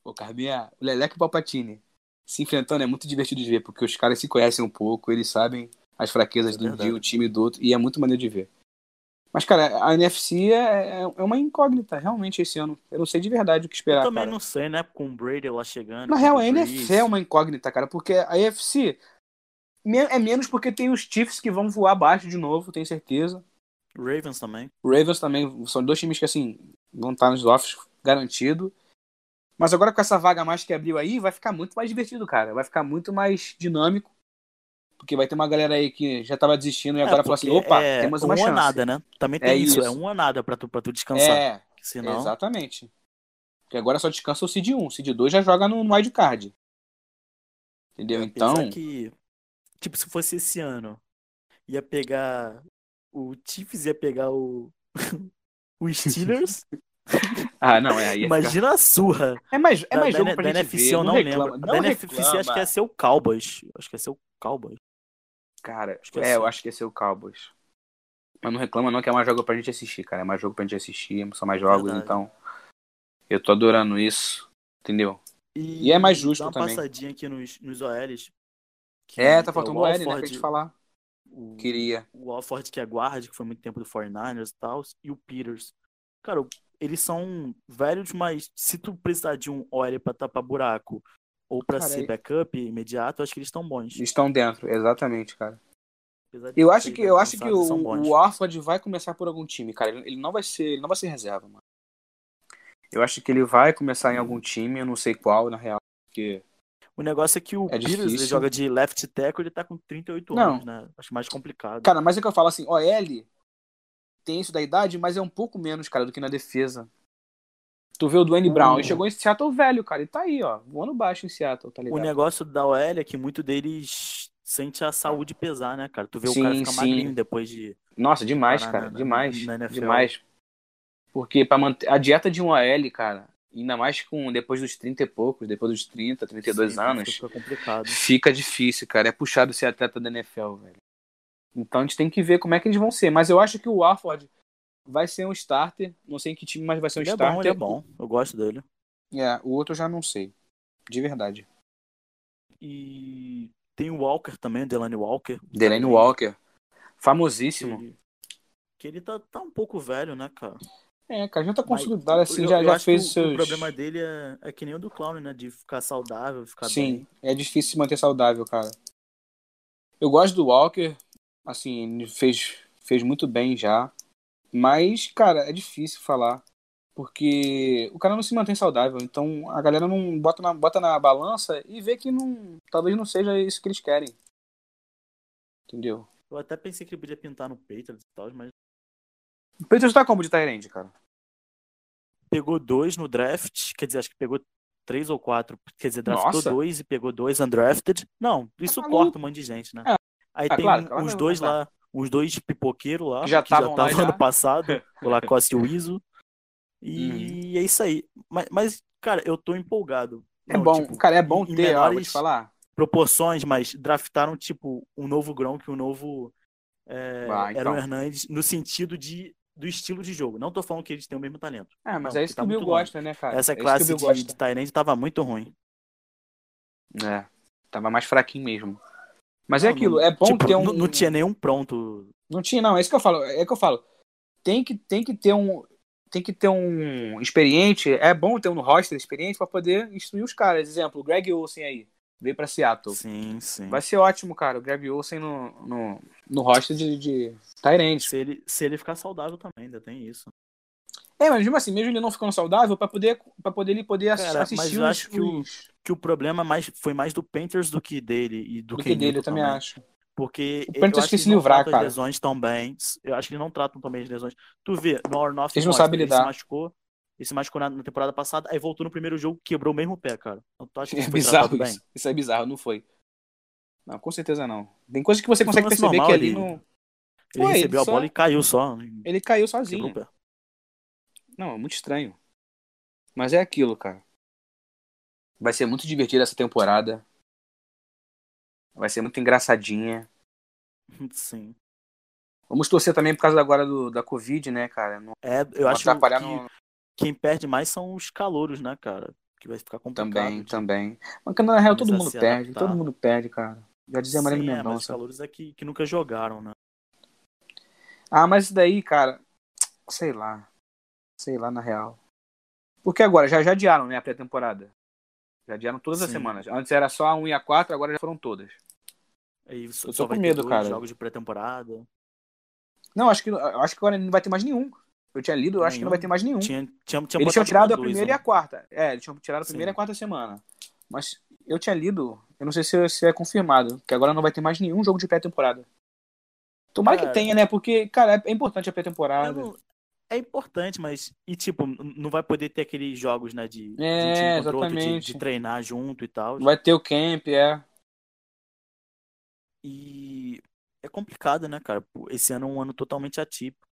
[SPEAKER 2] Ô, Carminha, o Leleco e Palpatine se enfrentando é muito divertido de ver, porque os caras se conhecem um pouco, eles sabem as fraquezas
[SPEAKER 1] É
[SPEAKER 2] do, de
[SPEAKER 1] verdade.
[SPEAKER 2] um time e do outro, e é muito maneiro de ver. Mas, cara, a NFC é, é- é uma incógnita, realmente, esse ano. Eu não sei de verdade o que
[SPEAKER 1] Eu
[SPEAKER 2] esperar,
[SPEAKER 1] também
[SPEAKER 2] cara.
[SPEAKER 1] não sei, né? Com o Brady lá chegando.
[SPEAKER 2] Na
[SPEAKER 1] com
[SPEAKER 2] real,
[SPEAKER 1] o
[SPEAKER 2] a
[SPEAKER 1] Brees.
[SPEAKER 2] NFC é uma incógnita, cara, porque a AFC me- é menos porque tem os Chiefs que vão voar abaixo de novo, tenho certeza.
[SPEAKER 1] Ravens também.
[SPEAKER 2] Ravens também são dois times que, assim, vão estar nos offs garantido. Mas agora com essa vaga a mais que abriu aí, vai ficar muito mais divertido, cara. Vai ficar muito mais dinâmico. Porque vai ter uma galera aí que já tava desistindo e agora fala assim:
[SPEAKER 1] porque
[SPEAKER 2] opa,
[SPEAKER 1] é
[SPEAKER 2] temos
[SPEAKER 1] um
[SPEAKER 2] uma chance.
[SPEAKER 1] a nada, então, né? Também tem
[SPEAKER 2] É
[SPEAKER 1] isso, é
[SPEAKER 2] isso.
[SPEAKER 1] um a nada pra tu, pra tu descansar.
[SPEAKER 2] é,
[SPEAKER 1] Senão,
[SPEAKER 2] exatamente. Porque agora só descansa o Cid 1. O Cid 2 já joga no, no wildcard.
[SPEAKER 1] É,
[SPEAKER 2] Entendeu? Então.
[SPEAKER 1] Apesar que, tipo, se fosse esse ano, ia pegar. O Chiefs ia pegar o. o Steelers.
[SPEAKER 2] Ah, não, é aí. ia ficar-
[SPEAKER 1] Imagina a surra.
[SPEAKER 2] É mais, é
[SPEAKER 1] da-
[SPEAKER 2] mais
[SPEAKER 1] da,
[SPEAKER 2] jogo
[SPEAKER 1] N-
[SPEAKER 2] pra
[SPEAKER 1] da
[SPEAKER 2] gente
[SPEAKER 1] NFC,
[SPEAKER 2] ver.
[SPEAKER 1] eu não,
[SPEAKER 2] reclama,
[SPEAKER 1] lembro.
[SPEAKER 2] Não
[SPEAKER 1] da NFC
[SPEAKER 2] reclama.
[SPEAKER 1] acho que é ia ser o Cowboys. Acho que ia ser o Cowboys.
[SPEAKER 2] Cara,
[SPEAKER 1] Acho que é
[SPEAKER 2] é,
[SPEAKER 1] assim.
[SPEAKER 2] eu acho que esse é o Cowboys. Mas não reclama não que é mais jogo pra gente assistir, cara. É mais jogo pra gente assistir, são mais jogos,
[SPEAKER 1] Verdade.
[SPEAKER 2] então. Eu tô adorando isso, entendeu? E é mais justo
[SPEAKER 1] dá uma
[SPEAKER 2] também.
[SPEAKER 1] passadinha aqui nos, nos OLs. que
[SPEAKER 2] É, tá faltando o L, né, pra
[SPEAKER 1] Alford,
[SPEAKER 2] gente falar.
[SPEAKER 1] o-
[SPEAKER 2] Queria.
[SPEAKER 1] o Alford que é guarda, que foi muito tempo do 49ers e tal, e o Peters. Cara, o- eles são velhos, mas se tu precisar de um OL pra tapar buraco ou pra
[SPEAKER 2] Cara,
[SPEAKER 1] ser
[SPEAKER 2] é-
[SPEAKER 1] backup imediato, eu acho que eles estão bons.
[SPEAKER 2] Estão dentro, exatamente, cara.
[SPEAKER 1] Apesar de
[SPEAKER 2] Eu
[SPEAKER 1] não
[SPEAKER 2] acho
[SPEAKER 1] serem
[SPEAKER 2] que, eu
[SPEAKER 1] tão
[SPEAKER 2] acho que
[SPEAKER 1] avançados, são
[SPEAKER 2] o,
[SPEAKER 1] bons.
[SPEAKER 2] o Alford vai começar por algum time, cara. Ele, ele não vai ser, ele não vai ser reserva, mano. Eu acho que ele vai começar em algum time, eu não sei qual, na real. Porque
[SPEAKER 1] O negócio é que o
[SPEAKER 2] É
[SPEAKER 1] Peters ele
[SPEAKER 2] difícil.
[SPEAKER 1] joga de left tackle, ele tá com 38
[SPEAKER 2] Não.
[SPEAKER 1] anos, né? Acho mais complicado.
[SPEAKER 2] Cara, mas é que eu falo assim, OL tem isso da idade, mas é um pouco menos, cara, do que na defesa. Tu vê o Dwayne
[SPEAKER 1] Uhum.
[SPEAKER 2] Brown, ele chegou em Seattle velho, cara, e tá aí, ó, voando baixo em Seattle, tá
[SPEAKER 1] o
[SPEAKER 2] ligado?
[SPEAKER 1] negócio da OL é que muito deles sente a saúde pesar, né, cara? Tu vê o
[SPEAKER 2] Sim,
[SPEAKER 1] cara ficar
[SPEAKER 2] sim.
[SPEAKER 1] magrinho depois de.
[SPEAKER 2] Nossa, demais,
[SPEAKER 1] Parar
[SPEAKER 2] cara,
[SPEAKER 1] na- na-
[SPEAKER 2] demais,
[SPEAKER 1] na NFL.
[SPEAKER 2] demais. Porque pra manter a dieta de um OL, cara, ainda mais com depois dos 30 e poucos, depois dos 30, 32
[SPEAKER 1] Sim, tá
[SPEAKER 2] anos,
[SPEAKER 1] Fica complicado.
[SPEAKER 2] fica difícil, cara, é puxado ser atleta da NFL, velho. Então a gente tem que ver como é que eles vão ser, mas eu acho que o Warford vai ser um starter, não sei em que time, mas vai ser um
[SPEAKER 1] Ele é
[SPEAKER 2] starter.
[SPEAKER 1] bom, ele é bom. Eu gosto dele.
[SPEAKER 2] É, o outro eu já não sei. De verdade.
[SPEAKER 1] E tem o Walker também, o Delaney Walker.
[SPEAKER 2] Delaney
[SPEAKER 1] Também,
[SPEAKER 2] Walker.
[SPEAKER 1] Que
[SPEAKER 2] Famosíssimo.
[SPEAKER 1] ele, que ele tá, tá um pouco velho, né, cara?
[SPEAKER 2] É, cara, já tá
[SPEAKER 1] Mas
[SPEAKER 2] consolidado assim,
[SPEAKER 1] eu-
[SPEAKER 2] já,
[SPEAKER 1] eu
[SPEAKER 2] já
[SPEAKER 1] acho
[SPEAKER 2] fez
[SPEAKER 1] que
[SPEAKER 2] os
[SPEAKER 1] o,
[SPEAKER 2] seus.
[SPEAKER 1] O problema dele é, é que nem o do Clown, né? De ficar saudável, ficar
[SPEAKER 2] Sim,
[SPEAKER 1] bem.
[SPEAKER 2] é difícil se manter saudável, cara. Eu gosto do Walker, assim, ele fez, fez muito bem já. Mas, cara, é difícil falar. Porque o cara não se mantém saudável. Então a galera não bota na, bota na balança e vê que não. Talvez não seja isso que eles querem. Entendeu?
[SPEAKER 1] Eu até pensei que ele podia pintar no Patriots e tal, mas
[SPEAKER 2] O Pedro tá como de Tyrande, cara?
[SPEAKER 1] pegou dois no draft, quer dizer, acho que pegou três ou quatro, quer dizer, draftou
[SPEAKER 2] Nossa.
[SPEAKER 1] dois e pegou dois undrafted. Não, isso
[SPEAKER 2] Tá maluco.
[SPEAKER 1] corta um monte de gente, né?
[SPEAKER 2] É.
[SPEAKER 1] Aí
[SPEAKER 2] Ah,
[SPEAKER 1] tem
[SPEAKER 2] claro,
[SPEAKER 1] um-
[SPEAKER 2] claro,
[SPEAKER 1] uns
[SPEAKER 2] vai
[SPEAKER 1] dois
[SPEAKER 2] cortar.
[SPEAKER 1] lá, uns dois pipoqueiros lá,
[SPEAKER 2] Que já
[SPEAKER 1] que já
[SPEAKER 2] estavam lá
[SPEAKER 1] estavam
[SPEAKER 2] já.
[SPEAKER 1] ano passado, o Lacoste e o Iso. E é isso aí. Mas, mas, cara, eu tô empolgado.
[SPEAKER 2] Uhum. É
[SPEAKER 1] Não,
[SPEAKER 2] bom,
[SPEAKER 1] tipo,
[SPEAKER 2] cara, é bom
[SPEAKER 1] em
[SPEAKER 2] ter, ó, vou
[SPEAKER 1] menores-
[SPEAKER 2] te falar.
[SPEAKER 1] proporções, mas draftaram, tipo, um novo Gronk, um novo é,
[SPEAKER 2] Ah, então.
[SPEAKER 1] Aaron Hernandes, no sentido de, do estilo de jogo. Não tô falando que eles têm o mesmo talento.
[SPEAKER 2] É, mas
[SPEAKER 1] Não,
[SPEAKER 2] é isso
[SPEAKER 1] tá
[SPEAKER 2] que o Bill
[SPEAKER 1] muito longe.
[SPEAKER 2] gosta, né, cara?
[SPEAKER 1] Essa
[SPEAKER 2] é
[SPEAKER 1] classe
[SPEAKER 2] isso que o
[SPEAKER 1] de,
[SPEAKER 2] Bill
[SPEAKER 1] de Tyrande tava muito ruim.
[SPEAKER 2] gosta.
[SPEAKER 1] né?
[SPEAKER 2] É, tava mais fraquinho mesmo. Mas é
[SPEAKER 1] Não,
[SPEAKER 2] aquilo,
[SPEAKER 1] não-
[SPEAKER 2] é bom
[SPEAKER 1] tipo,
[SPEAKER 2] ter um.
[SPEAKER 1] não, não tinha nenhum pronto.
[SPEAKER 2] Não tinha, não, é isso que eu falo. É que eu falo. Tem que, tem que ter um. Tem que ter um experiente. É bom ter um no roster experiente pra poder instruir os caras. Exemplo, o Greg Olsen aí. Veio pra Seattle.
[SPEAKER 1] Sim, sim.
[SPEAKER 2] Vai ser ótimo, cara. O Greg Olsen no, no, no roster de, de Tyrande.
[SPEAKER 1] Se ele, se ele ficar saudável também, ainda tem isso.
[SPEAKER 2] É, mas mesmo assim, mesmo ele não ficando saudável, pra poder, pra poder ele poder ass-
[SPEAKER 1] Cara, mas
[SPEAKER 2] assistir
[SPEAKER 1] eu
[SPEAKER 2] os-
[SPEAKER 1] acho que o-
[SPEAKER 2] os-
[SPEAKER 1] Que o problema mais, foi mais do Panthers do que dele e do,
[SPEAKER 2] do que dele,
[SPEAKER 1] Newton
[SPEAKER 2] eu também acho.
[SPEAKER 1] Porque
[SPEAKER 2] O Panthers
[SPEAKER 1] eu acho
[SPEAKER 2] que
[SPEAKER 1] eles
[SPEAKER 2] se
[SPEAKER 1] não
[SPEAKER 2] livrar,
[SPEAKER 1] tratam
[SPEAKER 2] cara.
[SPEAKER 1] as lesões tão bem. Eu acho que eles não tratam também as lesões. Tu vê, no Ornoff,
[SPEAKER 2] Eles não sabem
[SPEAKER 1] ele se
[SPEAKER 2] lidar.
[SPEAKER 1] machucou. Ele se machucou na, na temporada passada, aí voltou no primeiro jogo, quebrou o mesmo pé, cara. Então, tu acha que
[SPEAKER 2] É
[SPEAKER 1] ele foi
[SPEAKER 2] bizarro
[SPEAKER 1] tratado bem?
[SPEAKER 2] isso. Isso é bizarro, não foi. Não, com certeza não. Tem coisa que você
[SPEAKER 1] Foi um
[SPEAKER 2] consegue
[SPEAKER 1] lance
[SPEAKER 2] perceber
[SPEAKER 1] normal
[SPEAKER 2] que ali
[SPEAKER 1] ali.
[SPEAKER 2] não.
[SPEAKER 1] Ele
[SPEAKER 2] Foi, ele
[SPEAKER 1] recebeu a
[SPEAKER 2] só-
[SPEAKER 1] bola e caiu só.
[SPEAKER 2] Ele
[SPEAKER 1] Quebrou
[SPEAKER 2] caiu
[SPEAKER 1] o
[SPEAKER 2] sozinho.
[SPEAKER 1] pé.
[SPEAKER 2] Não, é muito estranho. Mas é aquilo, cara. Vai ser muito divertida essa temporada. Vai ser muito engraçadinha.
[SPEAKER 1] Sim.
[SPEAKER 2] Vamos torcer também por causa agora do, da Covid, né, cara? Não,
[SPEAKER 1] É, eu
[SPEAKER 2] não
[SPEAKER 1] acho que
[SPEAKER 2] atrapalhar no-
[SPEAKER 1] quem perde mais são os calouros, né, cara? Que vai ficar complicado. Tipo,
[SPEAKER 2] também,
[SPEAKER 1] de-
[SPEAKER 2] também. Mas na real todo
[SPEAKER 1] Começar a
[SPEAKER 2] mundo
[SPEAKER 1] se
[SPEAKER 2] perde,
[SPEAKER 1] adaptar.
[SPEAKER 2] todo mundo perde, cara. Já dizia a Marina
[SPEAKER 1] Sim, é, mas os
[SPEAKER 2] Mendonça.
[SPEAKER 1] calouros é que, que nunca jogaram, né?
[SPEAKER 2] Ah, mas isso daí, cara, sei lá. Sei lá, na real. Porque agora, já, já adiaram, né, a pré-temporada. Já adiaram todas as
[SPEAKER 1] Sim.
[SPEAKER 2] semanas. Antes era só a 1 e a 4, agora já foram todas.
[SPEAKER 1] Aí só,
[SPEAKER 2] Eu tô
[SPEAKER 1] só vai
[SPEAKER 2] com
[SPEAKER 1] ter
[SPEAKER 2] medo,
[SPEAKER 1] dois
[SPEAKER 2] cara.
[SPEAKER 1] jogos de pré-temporada.
[SPEAKER 2] Não, acho que, acho que agora não vai ter mais nenhum. Eu tinha lido, eu acho que não vai ter mais nenhum.
[SPEAKER 1] Tinha, tinha, tinha
[SPEAKER 2] Hum? Eles
[SPEAKER 1] botado
[SPEAKER 2] tinham tirado a
[SPEAKER 1] dois,
[SPEAKER 2] primeira e
[SPEAKER 1] né?
[SPEAKER 2] a quarta. É, eles tinham tirado a primeira
[SPEAKER 1] Sim.
[SPEAKER 2] e a quarta semana. Mas eu tinha lido, eu não sei se, se é confirmado, que agora não vai ter mais nenhum jogo de pré-temporada. Tomara
[SPEAKER 1] Cara.
[SPEAKER 2] que tenha, né? Porque, cara, é, é importante a pré-temporada.
[SPEAKER 1] Eu não- É importante, mas. E tipo, n- não vai poder ter aqueles jogos, né? De, de
[SPEAKER 2] É,
[SPEAKER 1] um time contra outro, de,
[SPEAKER 2] exatamente.
[SPEAKER 1] de treinar junto e tal.
[SPEAKER 2] Vai ter o camp, é.
[SPEAKER 1] E é complicado, né, cara? Pô, Esse ano é um ano totalmente atípico.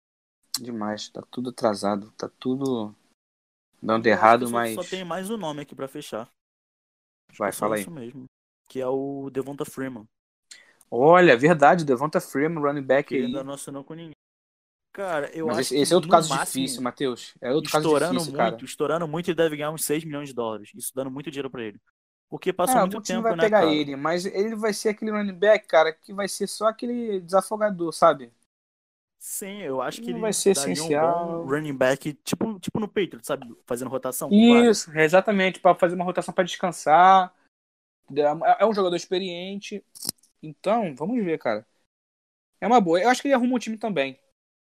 [SPEAKER 2] Demais, tá tudo atrasado, tá tudo dando
[SPEAKER 1] Eu acho que
[SPEAKER 2] errado,
[SPEAKER 1] só-
[SPEAKER 2] mas.
[SPEAKER 1] Só tem mais um nome aqui pra fechar.
[SPEAKER 2] Vai,
[SPEAKER 1] Só
[SPEAKER 2] fala aí.
[SPEAKER 1] Isso mesmo. Que é o Devonta Freeman.
[SPEAKER 2] Olha, verdade, Devonta Freeman, running back
[SPEAKER 1] Que
[SPEAKER 2] aí.
[SPEAKER 1] ainda não assinou com ninguém. Cara, eu
[SPEAKER 2] Mas
[SPEAKER 1] acho
[SPEAKER 2] esse,
[SPEAKER 1] que
[SPEAKER 2] esse é outro
[SPEAKER 1] no
[SPEAKER 2] caso
[SPEAKER 1] máximo,
[SPEAKER 2] difícil, Matheus. É outro caso
[SPEAKER 1] estourando
[SPEAKER 2] difícil,
[SPEAKER 1] muito,
[SPEAKER 2] cara.
[SPEAKER 1] estourando muito, ele deve ganhar uns 6 milhões de dólares. Isso dando muito dinheiro pra ele. Porque passou
[SPEAKER 2] É,
[SPEAKER 1] muito
[SPEAKER 2] algum time
[SPEAKER 1] tempo,
[SPEAKER 2] vai
[SPEAKER 1] né,
[SPEAKER 2] pegar
[SPEAKER 1] cara?
[SPEAKER 2] ele, mas ele vai ser aquele running back, cara, que vai ser só aquele desafogador, sabe?
[SPEAKER 1] Sim, eu acho que
[SPEAKER 2] Não
[SPEAKER 1] ele
[SPEAKER 2] vai ser
[SPEAKER 1] daria um
[SPEAKER 2] essencial.
[SPEAKER 1] bom running back, tipo, tipo no Patriots, sabe? Fazendo rotação. com vários.
[SPEAKER 2] Isso, é exatamente, pra fazer uma rotação pra descansar. É é um jogador experiente. Então, vamos ver, cara. É uma boa. Eu acho que ele arruma um time também.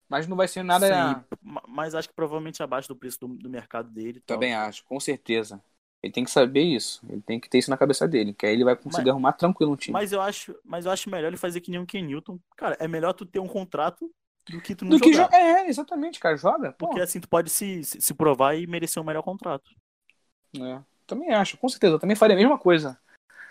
[SPEAKER 2] Mas não vai ser nada.
[SPEAKER 1] Sim, ma- mas acho que provavelmente abaixo do preço do, do mercado dele. e tal.
[SPEAKER 2] Também acho, com certeza. Ele tem que saber isso. Ele tem que ter isso na cabeça dele, que aí ele vai conseguir
[SPEAKER 1] Mas-
[SPEAKER 2] arrumar tranquilo um time.
[SPEAKER 1] Mas eu acho, mas eu acho melhor ele fazer que nem o Ken Newton. Cara, é melhor tu ter um contrato do que tu não
[SPEAKER 2] Do que
[SPEAKER 1] jogar.
[SPEAKER 2] jo- É, exatamente, cara. Joga. Pô.
[SPEAKER 1] Porque assim tu pode se, se se provar e merecer um melhor contrato.
[SPEAKER 2] É, também acho, com certeza. Eu também faria a mesma coisa.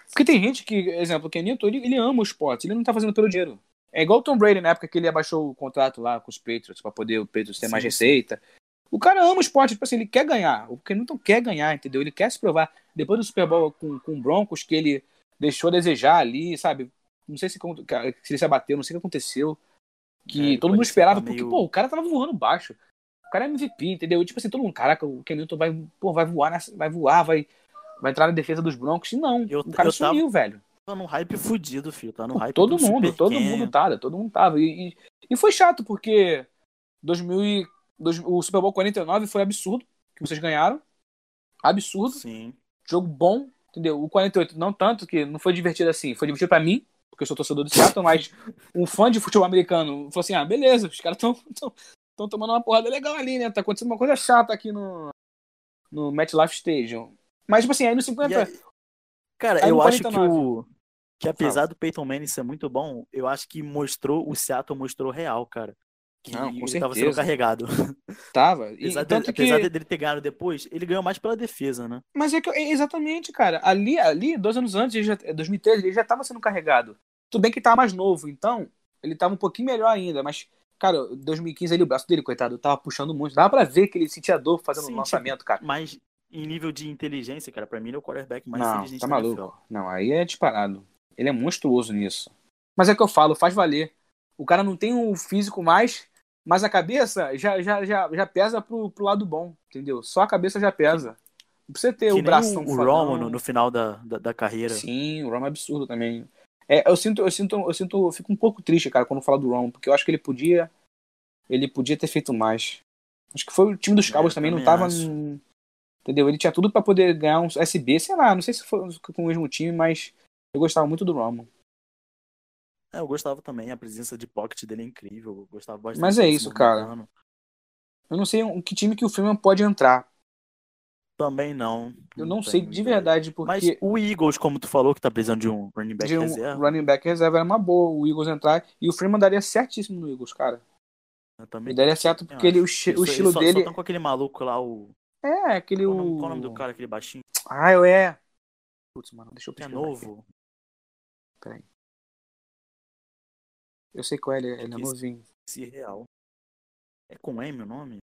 [SPEAKER 2] Porque tem gente que, exemplo, o Kenito, ele, ele ama o esporte, ele não tá fazendo pelo dinheiro. É igual o Tom Brady na época que ele abaixou o contrato lá com os Patriots pra poder o Patriots ter
[SPEAKER 1] Sim,
[SPEAKER 2] mais
[SPEAKER 1] sim.
[SPEAKER 2] receita. O cara ama o esporte, tipo assim, ele quer ganhar. O Kenilton quer ganhar, entendeu? Ele quer se provar. Depois do Super Bowl com, com o Broncos, que ele deixou a desejar ali, sabe? Não sei se, con- cara, se ele se abateu, não sei o que aconteceu.
[SPEAKER 1] É,
[SPEAKER 2] Que
[SPEAKER 1] ele
[SPEAKER 2] todo mundo
[SPEAKER 1] parecia
[SPEAKER 2] esperava,
[SPEAKER 1] tá
[SPEAKER 2] porque,
[SPEAKER 1] meio-
[SPEAKER 2] pô, o cara tava voando baixo. O cara é MVP, entendeu? E, tipo assim, todo mundo, caraca, o Ken Newton vai, pô, vai voar, nessa- vai voar, vai, vai entrar na defesa dos Broncos. Não,
[SPEAKER 1] Eu-
[SPEAKER 2] o cara
[SPEAKER 1] eu tava-
[SPEAKER 2] sumiu, velho.
[SPEAKER 1] Tá num hype fudido, filho. Tá num hype
[SPEAKER 2] Todo
[SPEAKER 1] do
[SPEAKER 2] mundo,
[SPEAKER 1] Super
[SPEAKER 2] todo
[SPEAKER 1] Ken.
[SPEAKER 2] mundo tava, todo mundo tava. E, e, e foi chato, porque 2000 e, dois- o Super Bowl 49 foi absurdo, que vocês ganharam. Absurdo
[SPEAKER 1] Sim.
[SPEAKER 2] jogo bom, entendeu? O 48 não tanto, que não foi divertido assim. Foi divertido pra mim, porque eu sou torcedor do Seattle, mas um fã de futebol americano falou assim, ah, beleza, os caras estão tão, tão tomando uma porrada legal ali, né? Tá acontecendo uma coisa chata aqui no, no MetLife Stadium. Mas, tipo assim, aí no
[SPEAKER 1] E
[SPEAKER 2] 50...
[SPEAKER 1] aí- cara,
[SPEAKER 2] Aí
[SPEAKER 1] eu
[SPEAKER 2] no
[SPEAKER 1] acho que
[SPEAKER 2] 49.
[SPEAKER 1] o que apesar do Peyton Manning ser muito bom, eu acho que mostrou o Seattle mostrou real, cara. Que
[SPEAKER 2] Não, com
[SPEAKER 1] ele tava sendo
[SPEAKER 2] certeza.
[SPEAKER 1] carregado.
[SPEAKER 2] Tava. E,
[SPEAKER 1] Apesar, dele,
[SPEAKER 2] tanto que...
[SPEAKER 1] apesar dele ter ganhado depois, ele ganhou mais pela defesa, né?
[SPEAKER 2] Mas é que, é exatamente, cara. Ali, ali, dois anos antes, ele já, 2013, ele já tava sendo carregado. Tudo bem que ele tava mais novo, então ele tava um pouquinho melhor ainda, mas, cara, 2015 ali, o braço dele, coitado, tava puxando muito. Dava pra ver que ele sentia dor fazendo
[SPEAKER 1] Sim,
[SPEAKER 2] o
[SPEAKER 1] tipo,
[SPEAKER 2] lançamento, cara.
[SPEAKER 1] Mas em nível de inteligência, cara, pra mim ele é o quarterback mais
[SPEAKER 2] não,
[SPEAKER 1] inteligente
[SPEAKER 2] tá
[SPEAKER 1] da
[SPEAKER 2] maluco.
[SPEAKER 1] NFL.
[SPEAKER 2] Não, aí é disparado. Ele é monstruoso nisso. Mas é o que eu falo, faz valer. O cara não tem o físico mais, mas a cabeça já, já, já, já pesa pro, pro lado bom, entendeu? Só a cabeça já pesa. Não precisa ter
[SPEAKER 1] Que
[SPEAKER 2] o
[SPEAKER 1] nem
[SPEAKER 2] braço
[SPEAKER 1] o,
[SPEAKER 2] tão
[SPEAKER 1] o
[SPEAKER 2] fodão.
[SPEAKER 1] Romo no, no final da, da, da carreira.
[SPEAKER 2] Sim, o Rom é absurdo também. É, eu sinto, eu sinto, eu sinto, eu fico um pouco triste, cara, quando eu falo do Rom, porque eu acho que ele podia, ele podia ter feito mais. Acho que foi o time dos
[SPEAKER 1] É, eu
[SPEAKER 2] Cowboys também, não
[SPEAKER 1] também
[SPEAKER 2] tava,
[SPEAKER 1] acho.
[SPEAKER 2] num- entendeu? Ele tinha tudo pra poder ganhar um SB, sei lá, não sei se foi com o mesmo time, mas eu gostava muito do Rom.
[SPEAKER 1] É, eu gostava também, a presença de pocket dele é incrível. Eu gostava bastante.
[SPEAKER 2] Mas é
[SPEAKER 1] dele se
[SPEAKER 2] isso, cara.
[SPEAKER 1] movimentando.
[SPEAKER 2] Eu não sei um- que time que o Freeman pode entrar.
[SPEAKER 1] Também não.
[SPEAKER 2] Eu não, sei
[SPEAKER 1] tenho
[SPEAKER 2] de
[SPEAKER 1] ideia.
[SPEAKER 2] verdade
[SPEAKER 1] Mas
[SPEAKER 2] porque
[SPEAKER 1] o Eagles, como tu falou, que tá precisando de um running back
[SPEAKER 2] de um
[SPEAKER 1] reserva,
[SPEAKER 2] running back reserva era uma boa o Eagles entrar e o Freeman daria certíssimo no Eagles, cara.
[SPEAKER 1] eu
[SPEAKER 2] Ele
[SPEAKER 1] também.
[SPEAKER 2] daria certo porque ele, o, chi-
[SPEAKER 1] Eles
[SPEAKER 2] o
[SPEAKER 1] só-
[SPEAKER 2] estilo
[SPEAKER 1] eles só,
[SPEAKER 2] dele
[SPEAKER 1] Só tão com aquele maluco lá, o.
[SPEAKER 2] é aquele
[SPEAKER 1] Qual o nome, qual o
[SPEAKER 2] o-
[SPEAKER 1] nome do cara, aquele baixinho?
[SPEAKER 2] Ah, eu é. Putz, mano, deixa eu
[SPEAKER 1] Que é
[SPEAKER 2] pesquisar. aqui.
[SPEAKER 1] novo.
[SPEAKER 2] Eu sei qual é, ele, ele é
[SPEAKER 1] Aqui.
[SPEAKER 2] novinho.
[SPEAKER 1] Esse real. É com M o nome?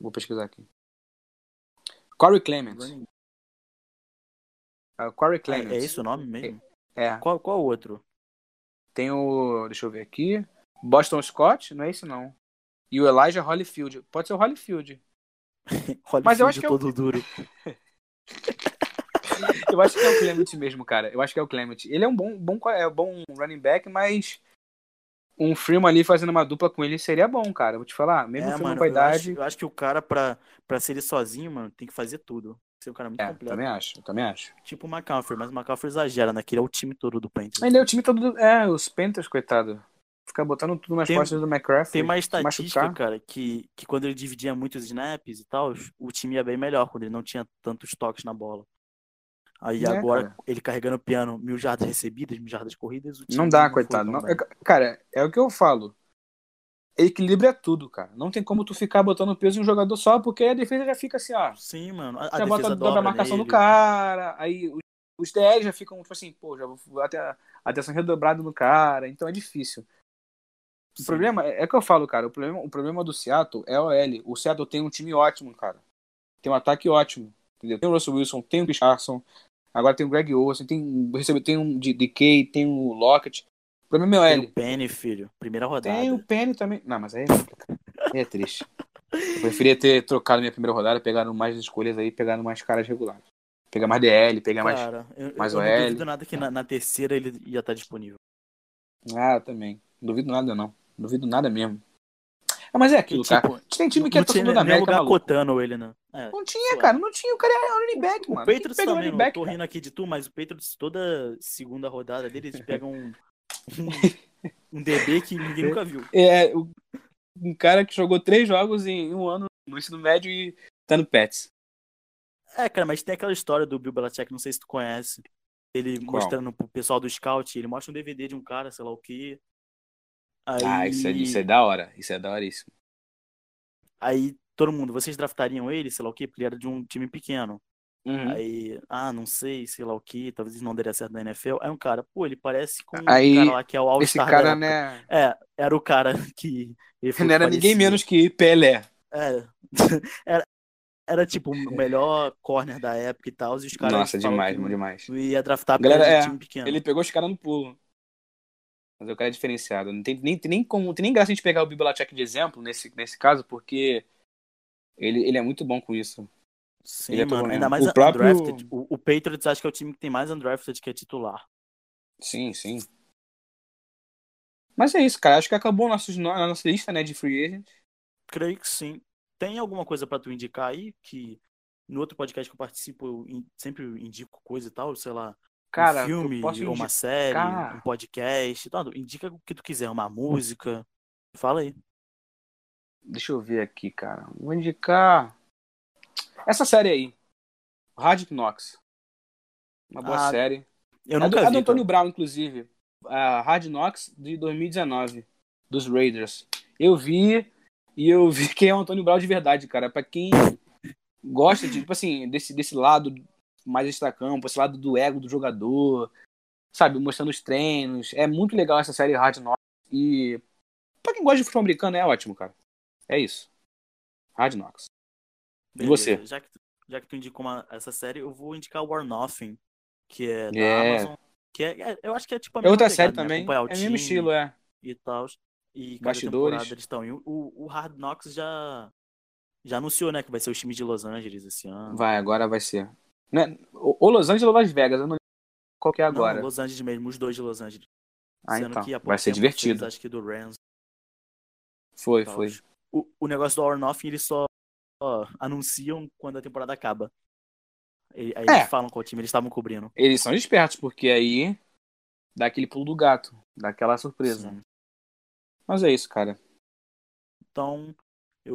[SPEAKER 2] Vou pesquisar aqui. Corey Clements.
[SPEAKER 1] Running-
[SPEAKER 2] É, o Corey
[SPEAKER 1] É,
[SPEAKER 2] Clements.
[SPEAKER 1] é esse o nome mesmo?
[SPEAKER 2] É.
[SPEAKER 1] Qual, qual outro?
[SPEAKER 2] Tem o. Deixa eu ver aqui. Boston Scott, não é esse não. E o Elijah Holyfield. Pode ser o Holyfield. Mas eu
[SPEAKER 1] Holyfield
[SPEAKER 2] acho que é o-
[SPEAKER 1] todo duro.
[SPEAKER 2] Eu acho que é o Clement mesmo, cara. Eu acho que é o Clement. Ele é um bom, bom, co- é um bom running back, mas um Freeman ali fazendo uma dupla com ele seria bom, cara. Eu Vou te falar. Mesmo o Freeman com a
[SPEAKER 1] É, eu acho,
[SPEAKER 2] idade.
[SPEAKER 1] eu acho que o cara, pra, pra ser ele sozinho, mano, tem que fazer tudo. Tem que Ser um cara muito
[SPEAKER 2] É,
[SPEAKER 1] completo.
[SPEAKER 2] também acho, também acho.
[SPEAKER 1] Tipo o
[SPEAKER 2] tá
[SPEAKER 1] McCaffrey, mas o McCaffrey exagera, né? Que ele é o time todo do Panthers.
[SPEAKER 2] Ainda é o time todo. do- É, os Panthers, coitado. Ficar botando tudo nas
[SPEAKER 1] Tem-
[SPEAKER 2] costas do McCraft.
[SPEAKER 1] Tem uma estatística,
[SPEAKER 2] machucar. Hum.
[SPEAKER 1] cara, que, que quando ele dividia muitos snaps e tal, o time ia bem melhor, quando ele não tinha tantos toques na bola. Aí
[SPEAKER 2] É,
[SPEAKER 1] agora,
[SPEAKER 2] cara.
[SPEAKER 1] ele carregando o piano, mil jardas recebidas, mil jardas corridas, o time né?
[SPEAKER 2] Não dá,
[SPEAKER 1] foi
[SPEAKER 2] coitado.
[SPEAKER 1] tão
[SPEAKER 2] Não-
[SPEAKER 1] bem.
[SPEAKER 2] cara, é o que eu falo. Equilíbrio é tudo, cara. Não tem como tu ficar botando peso em um jogador só, porque aí a defesa já fica assim, ó.
[SPEAKER 1] Sim, mano. A, a
[SPEAKER 2] já
[SPEAKER 1] defesa
[SPEAKER 2] bota dobra a marcação
[SPEAKER 1] nele.
[SPEAKER 2] do cara, aí os, os DL já ficam, tipo assim, pô, já vou até a atenção redobrada no cara, então é difícil. O
[SPEAKER 1] Sim.
[SPEAKER 2] problema é, é que eu falo, cara, o problema, o problema do Seattle é o L. O Seattle tem um time ótimo, cara. Tem um ataque ótimo, entendeu? Tem o Russell Wilson, tem o Richardson, agora tem o Greg Olsen, tem, recebe, tem um de DK, tem o Lockett. O problema é o
[SPEAKER 1] Tem
[SPEAKER 2] L.
[SPEAKER 1] o Penny, filho. Primeira rodada.
[SPEAKER 2] Tem o Penny também. Não, mas aí aí é triste. Eu preferia ter trocado minha primeira rodada, pegado mais escolhas aí, pegado mais caras regulares. Pegar mais DL, pegar mais.
[SPEAKER 1] Cara, eu,
[SPEAKER 2] mais
[SPEAKER 1] eu
[SPEAKER 2] o
[SPEAKER 1] não
[SPEAKER 2] L.
[SPEAKER 1] duvido nada que na, na terceira ele ia estar disponível.
[SPEAKER 2] Ah, também. Não duvido nada, não. Não Duvido nada mesmo. Ah, mas é aquilo,
[SPEAKER 1] Tipo,
[SPEAKER 2] cara. Tem time que é
[SPEAKER 1] não tinha
[SPEAKER 2] torcedor da
[SPEAKER 1] nem
[SPEAKER 2] América,
[SPEAKER 1] lugar
[SPEAKER 2] maluco.
[SPEAKER 1] cotando ele, né? É.
[SPEAKER 2] Não tinha, cara. Não tinha. O cara era running back,
[SPEAKER 1] O
[SPEAKER 2] mano. Quem
[SPEAKER 1] Patriots
[SPEAKER 2] pega
[SPEAKER 1] também,
[SPEAKER 2] running
[SPEAKER 1] não
[SPEAKER 2] back,
[SPEAKER 1] tô
[SPEAKER 2] cara?
[SPEAKER 1] rindo aqui de tu, mas o Patriots toda segunda rodada dele, eles pegam um, um, um DB que ninguém nunca viu.
[SPEAKER 2] É, o- um cara que jogou três jogos em um ano no ensino médio e tá no Pets.
[SPEAKER 1] É, cara, mas tem aquela história do Bill Belichick, não sei se tu conhece, ele
[SPEAKER 2] Qual?
[SPEAKER 1] mostrando pro pessoal do scout, ele mostra um DVD de um cara, sei lá o que. Aí,
[SPEAKER 2] da hora. Ah, é, Isso é da horíssimo.
[SPEAKER 1] aí todo mundo, vocês draftariam ele, sei lá o que, porque ele era de um time pequeno.
[SPEAKER 2] Uhum.
[SPEAKER 1] Aí, ah, não sei, sei lá o que, talvez isso não daria certo na NFL. Aí um cara, pô, ele parece com
[SPEAKER 2] Aí,
[SPEAKER 1] um cara lá que é o all
[SPEAKER 2] Esse cara,
[SPEAKER 1] né?
[SPEAKER 2] né?
[SPEAKER 1] É, era o cara que. Ele falou
[SPEAKER 2] Não
[SPEAKER 1] que
[SPEAKER 2] era né?" ninguém
[SPEAKER 1] parecia.
[SPEAKER 2] menos que Pelé.
[SPEAKER 1] É. era, era tipo o melhor corner da época e tal, e os caras.
[SPEAKER 2] Nossa,
[SPEAKER 1] falam
[SPEAKER 2] demais,
[SPEAKER 1] que
[SPEAKER 2] mano, demais.
[SPEAKER 1] Tu ia draftar
[SPEAKER 2] Galera,
[SPEAKER 1] pelo
[SPEAKER 2] é,
[SPEAKER 1] time pequeno.
[SPEAKER 2] Ele pegou os caras no pulo. Mas o cara é diferenciado. Não tem nem, tem nem como, tem nem graça a gente pegar o Bibliotec de exemplo nesse, nesse caso, porque ele, ele é muito bom com isso.
[SPEAKER 1] Sim,
[SPEAKER 2] ele é
[SPEAKER 1] mano.
[SPEAKER 2] bom
[SPEAKER 1] Ainda
[SPEAKER 2] mesmo.
[SPEAKER 1] mais
[SPEAKER 2] O próprio-
[SPEAKER 1] undrafted. O, o Patriots acho que é o time que tem mais undrafted que é titular.
[SPEAKER 2] Sim, sim. Mas é isso, cara. Acho que acabou nossos, no- a nossa lista, né, de free agent.
[SPEAKER 1] Creio que sim. Tem alguma coisa pra tu indicar aí que. No outro podcast que eu participo, eu in- sempre indico coisa e tal, sei lá,
[SPEAKER 2] Cara,
[SPEAKER 1] um
[SPEAKER 2] que eu
[SPEAKER 1] filme,
[SPEAKER 2] posso
[SPEAKER 1] ou uma série,
[SPEAKER 2] indicar?
[SPEAKER 1] um podcast, tal. indica o que tu quiser, uma música. Fala aí.
[SPEAKER 2] Deixa eu ver aqui, cara. Vou indicar. Essa série aí. Hard Knox. Uma boa
[SPEAKER 1] Ah,
[SPEAKER 2] série.
[SPEAKER 1] Eu
[SPEAKER 2] é
[SPEAKER 1] nunca
[SPEAKER 2] do, é
[SPEAKER 1] vi. então.
[SPEAKER 2] do Antônio
[SPEAKER 1] cara.
[SPEAKER 2] Brown, inclusive. A Hard Knox de 2019, dos Raiders. Eu vi e eu vi quem é o Antônio Brown de verdade, cara. Pra quem gosta de, tipo assim, desse, desse lado mais extracampo, esse lado do ego do jogador, sabe, mostrando os treinos. É muito legal essa série Hard Knox. E pra quem gosta de futebol americano é ótimo, cara. É isso. Hard É Knox. E
[SPEAKER 1] Beleza,
[SPEAKER 2] você?
[SPEAKER 1] Já que, tu- já que tu indicou uma- essa série, eu vou indicar War Nothing, que é da
[SPEAKER 2] É.
[SPEAKER 1] Amazon. Que é, é- eu acho que é tipo a
[SPEAKER 2] É
[SPEAKER 1] mesma
[SPEAKER 2] outra
[SPEAKER 1] pegada,
[SPEAKER 2] série
[SPEAKER 1] né?
[SPEAKER 2] também.
[SPEAKER 1] Acompanhar o
[SPEAKER 2] É
[SPEAKER 1] time
[SPEAKER 2] mesmo estilo, é.
[SPEAKER 1] e tal. E cada
[SPEAKER 2] Bastidores.
[SPEAKER 1] temporada eles estão. E o, o Hard Knocks já, já anunciou, né? Que vai ser o time de Los Angeles esse ano.
[SPEAKER 2] Vai, agora vai ser. Né? Ou ou Los Angeles ou Las Vegas, eu não lembro qual que é
[SPEAKER 1] Não,
[SPEAKER 2] agora.
[SPEAKER 1] Los Angeles mesmo, os dois de Los Angeles.
[SPEAKER 2] ah,
[SPEAKER 1] Sendo
[SPEAKER 2] então.
[SPEAKER 1] que há pouco
[SPEAKER 2] Vai ser
[SPEAKER 1] tempo
[SPEAKER 2] divertido.
[SPEAKER 1] fez, Acho que do Rams.
[SPEAKER 2] Foi,
[SPEAKER 1] tal.
[SPEAKER 2] foi.
[SPEAKER 1] O, o negócio do Hour Nothing, eles só ó, anunciam quando a temporada acaba. E- aí
[SPEAKER 2] É.
[SPEAKER 1] eles falam qual time eles estavam cobrindo.
[SPEAKER 2] Eles são espertos, porque aí dá aquele pulo do gato, dá aquela surpresa.
[SPEAKER 1] Sim.
[SPEAKER 2] Mas é isso, cara.
[SPEAKER 1] Então, eu,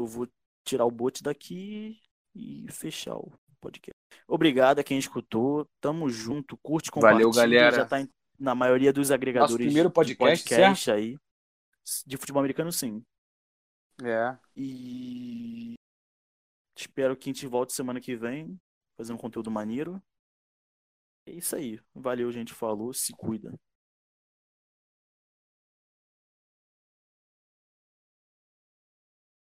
[SPEAKER 1] eu vou tirar o bote daqui e fechar o podcast. Obrigado a quem escutou. Tamo junto. Curte, compartilha.
[SPEAKER 2] Valeu, galera.
[SPEAKER 1] Já tá em- na maioria dos agregadores
[SPEAKER 2] Nosso primeiro
[SPEAKER 1] de
[SPEAKER 2] podcast,
[SPEAKER 1] podcast aí. De futebol americano, sim.
[SPEAKER 2] É.
[SPEAKER 1] E espero que a gente volte semana que vem, fazendo conteúdo maneiro. É isso aí. Valeu, gente. Falou. Se cuida.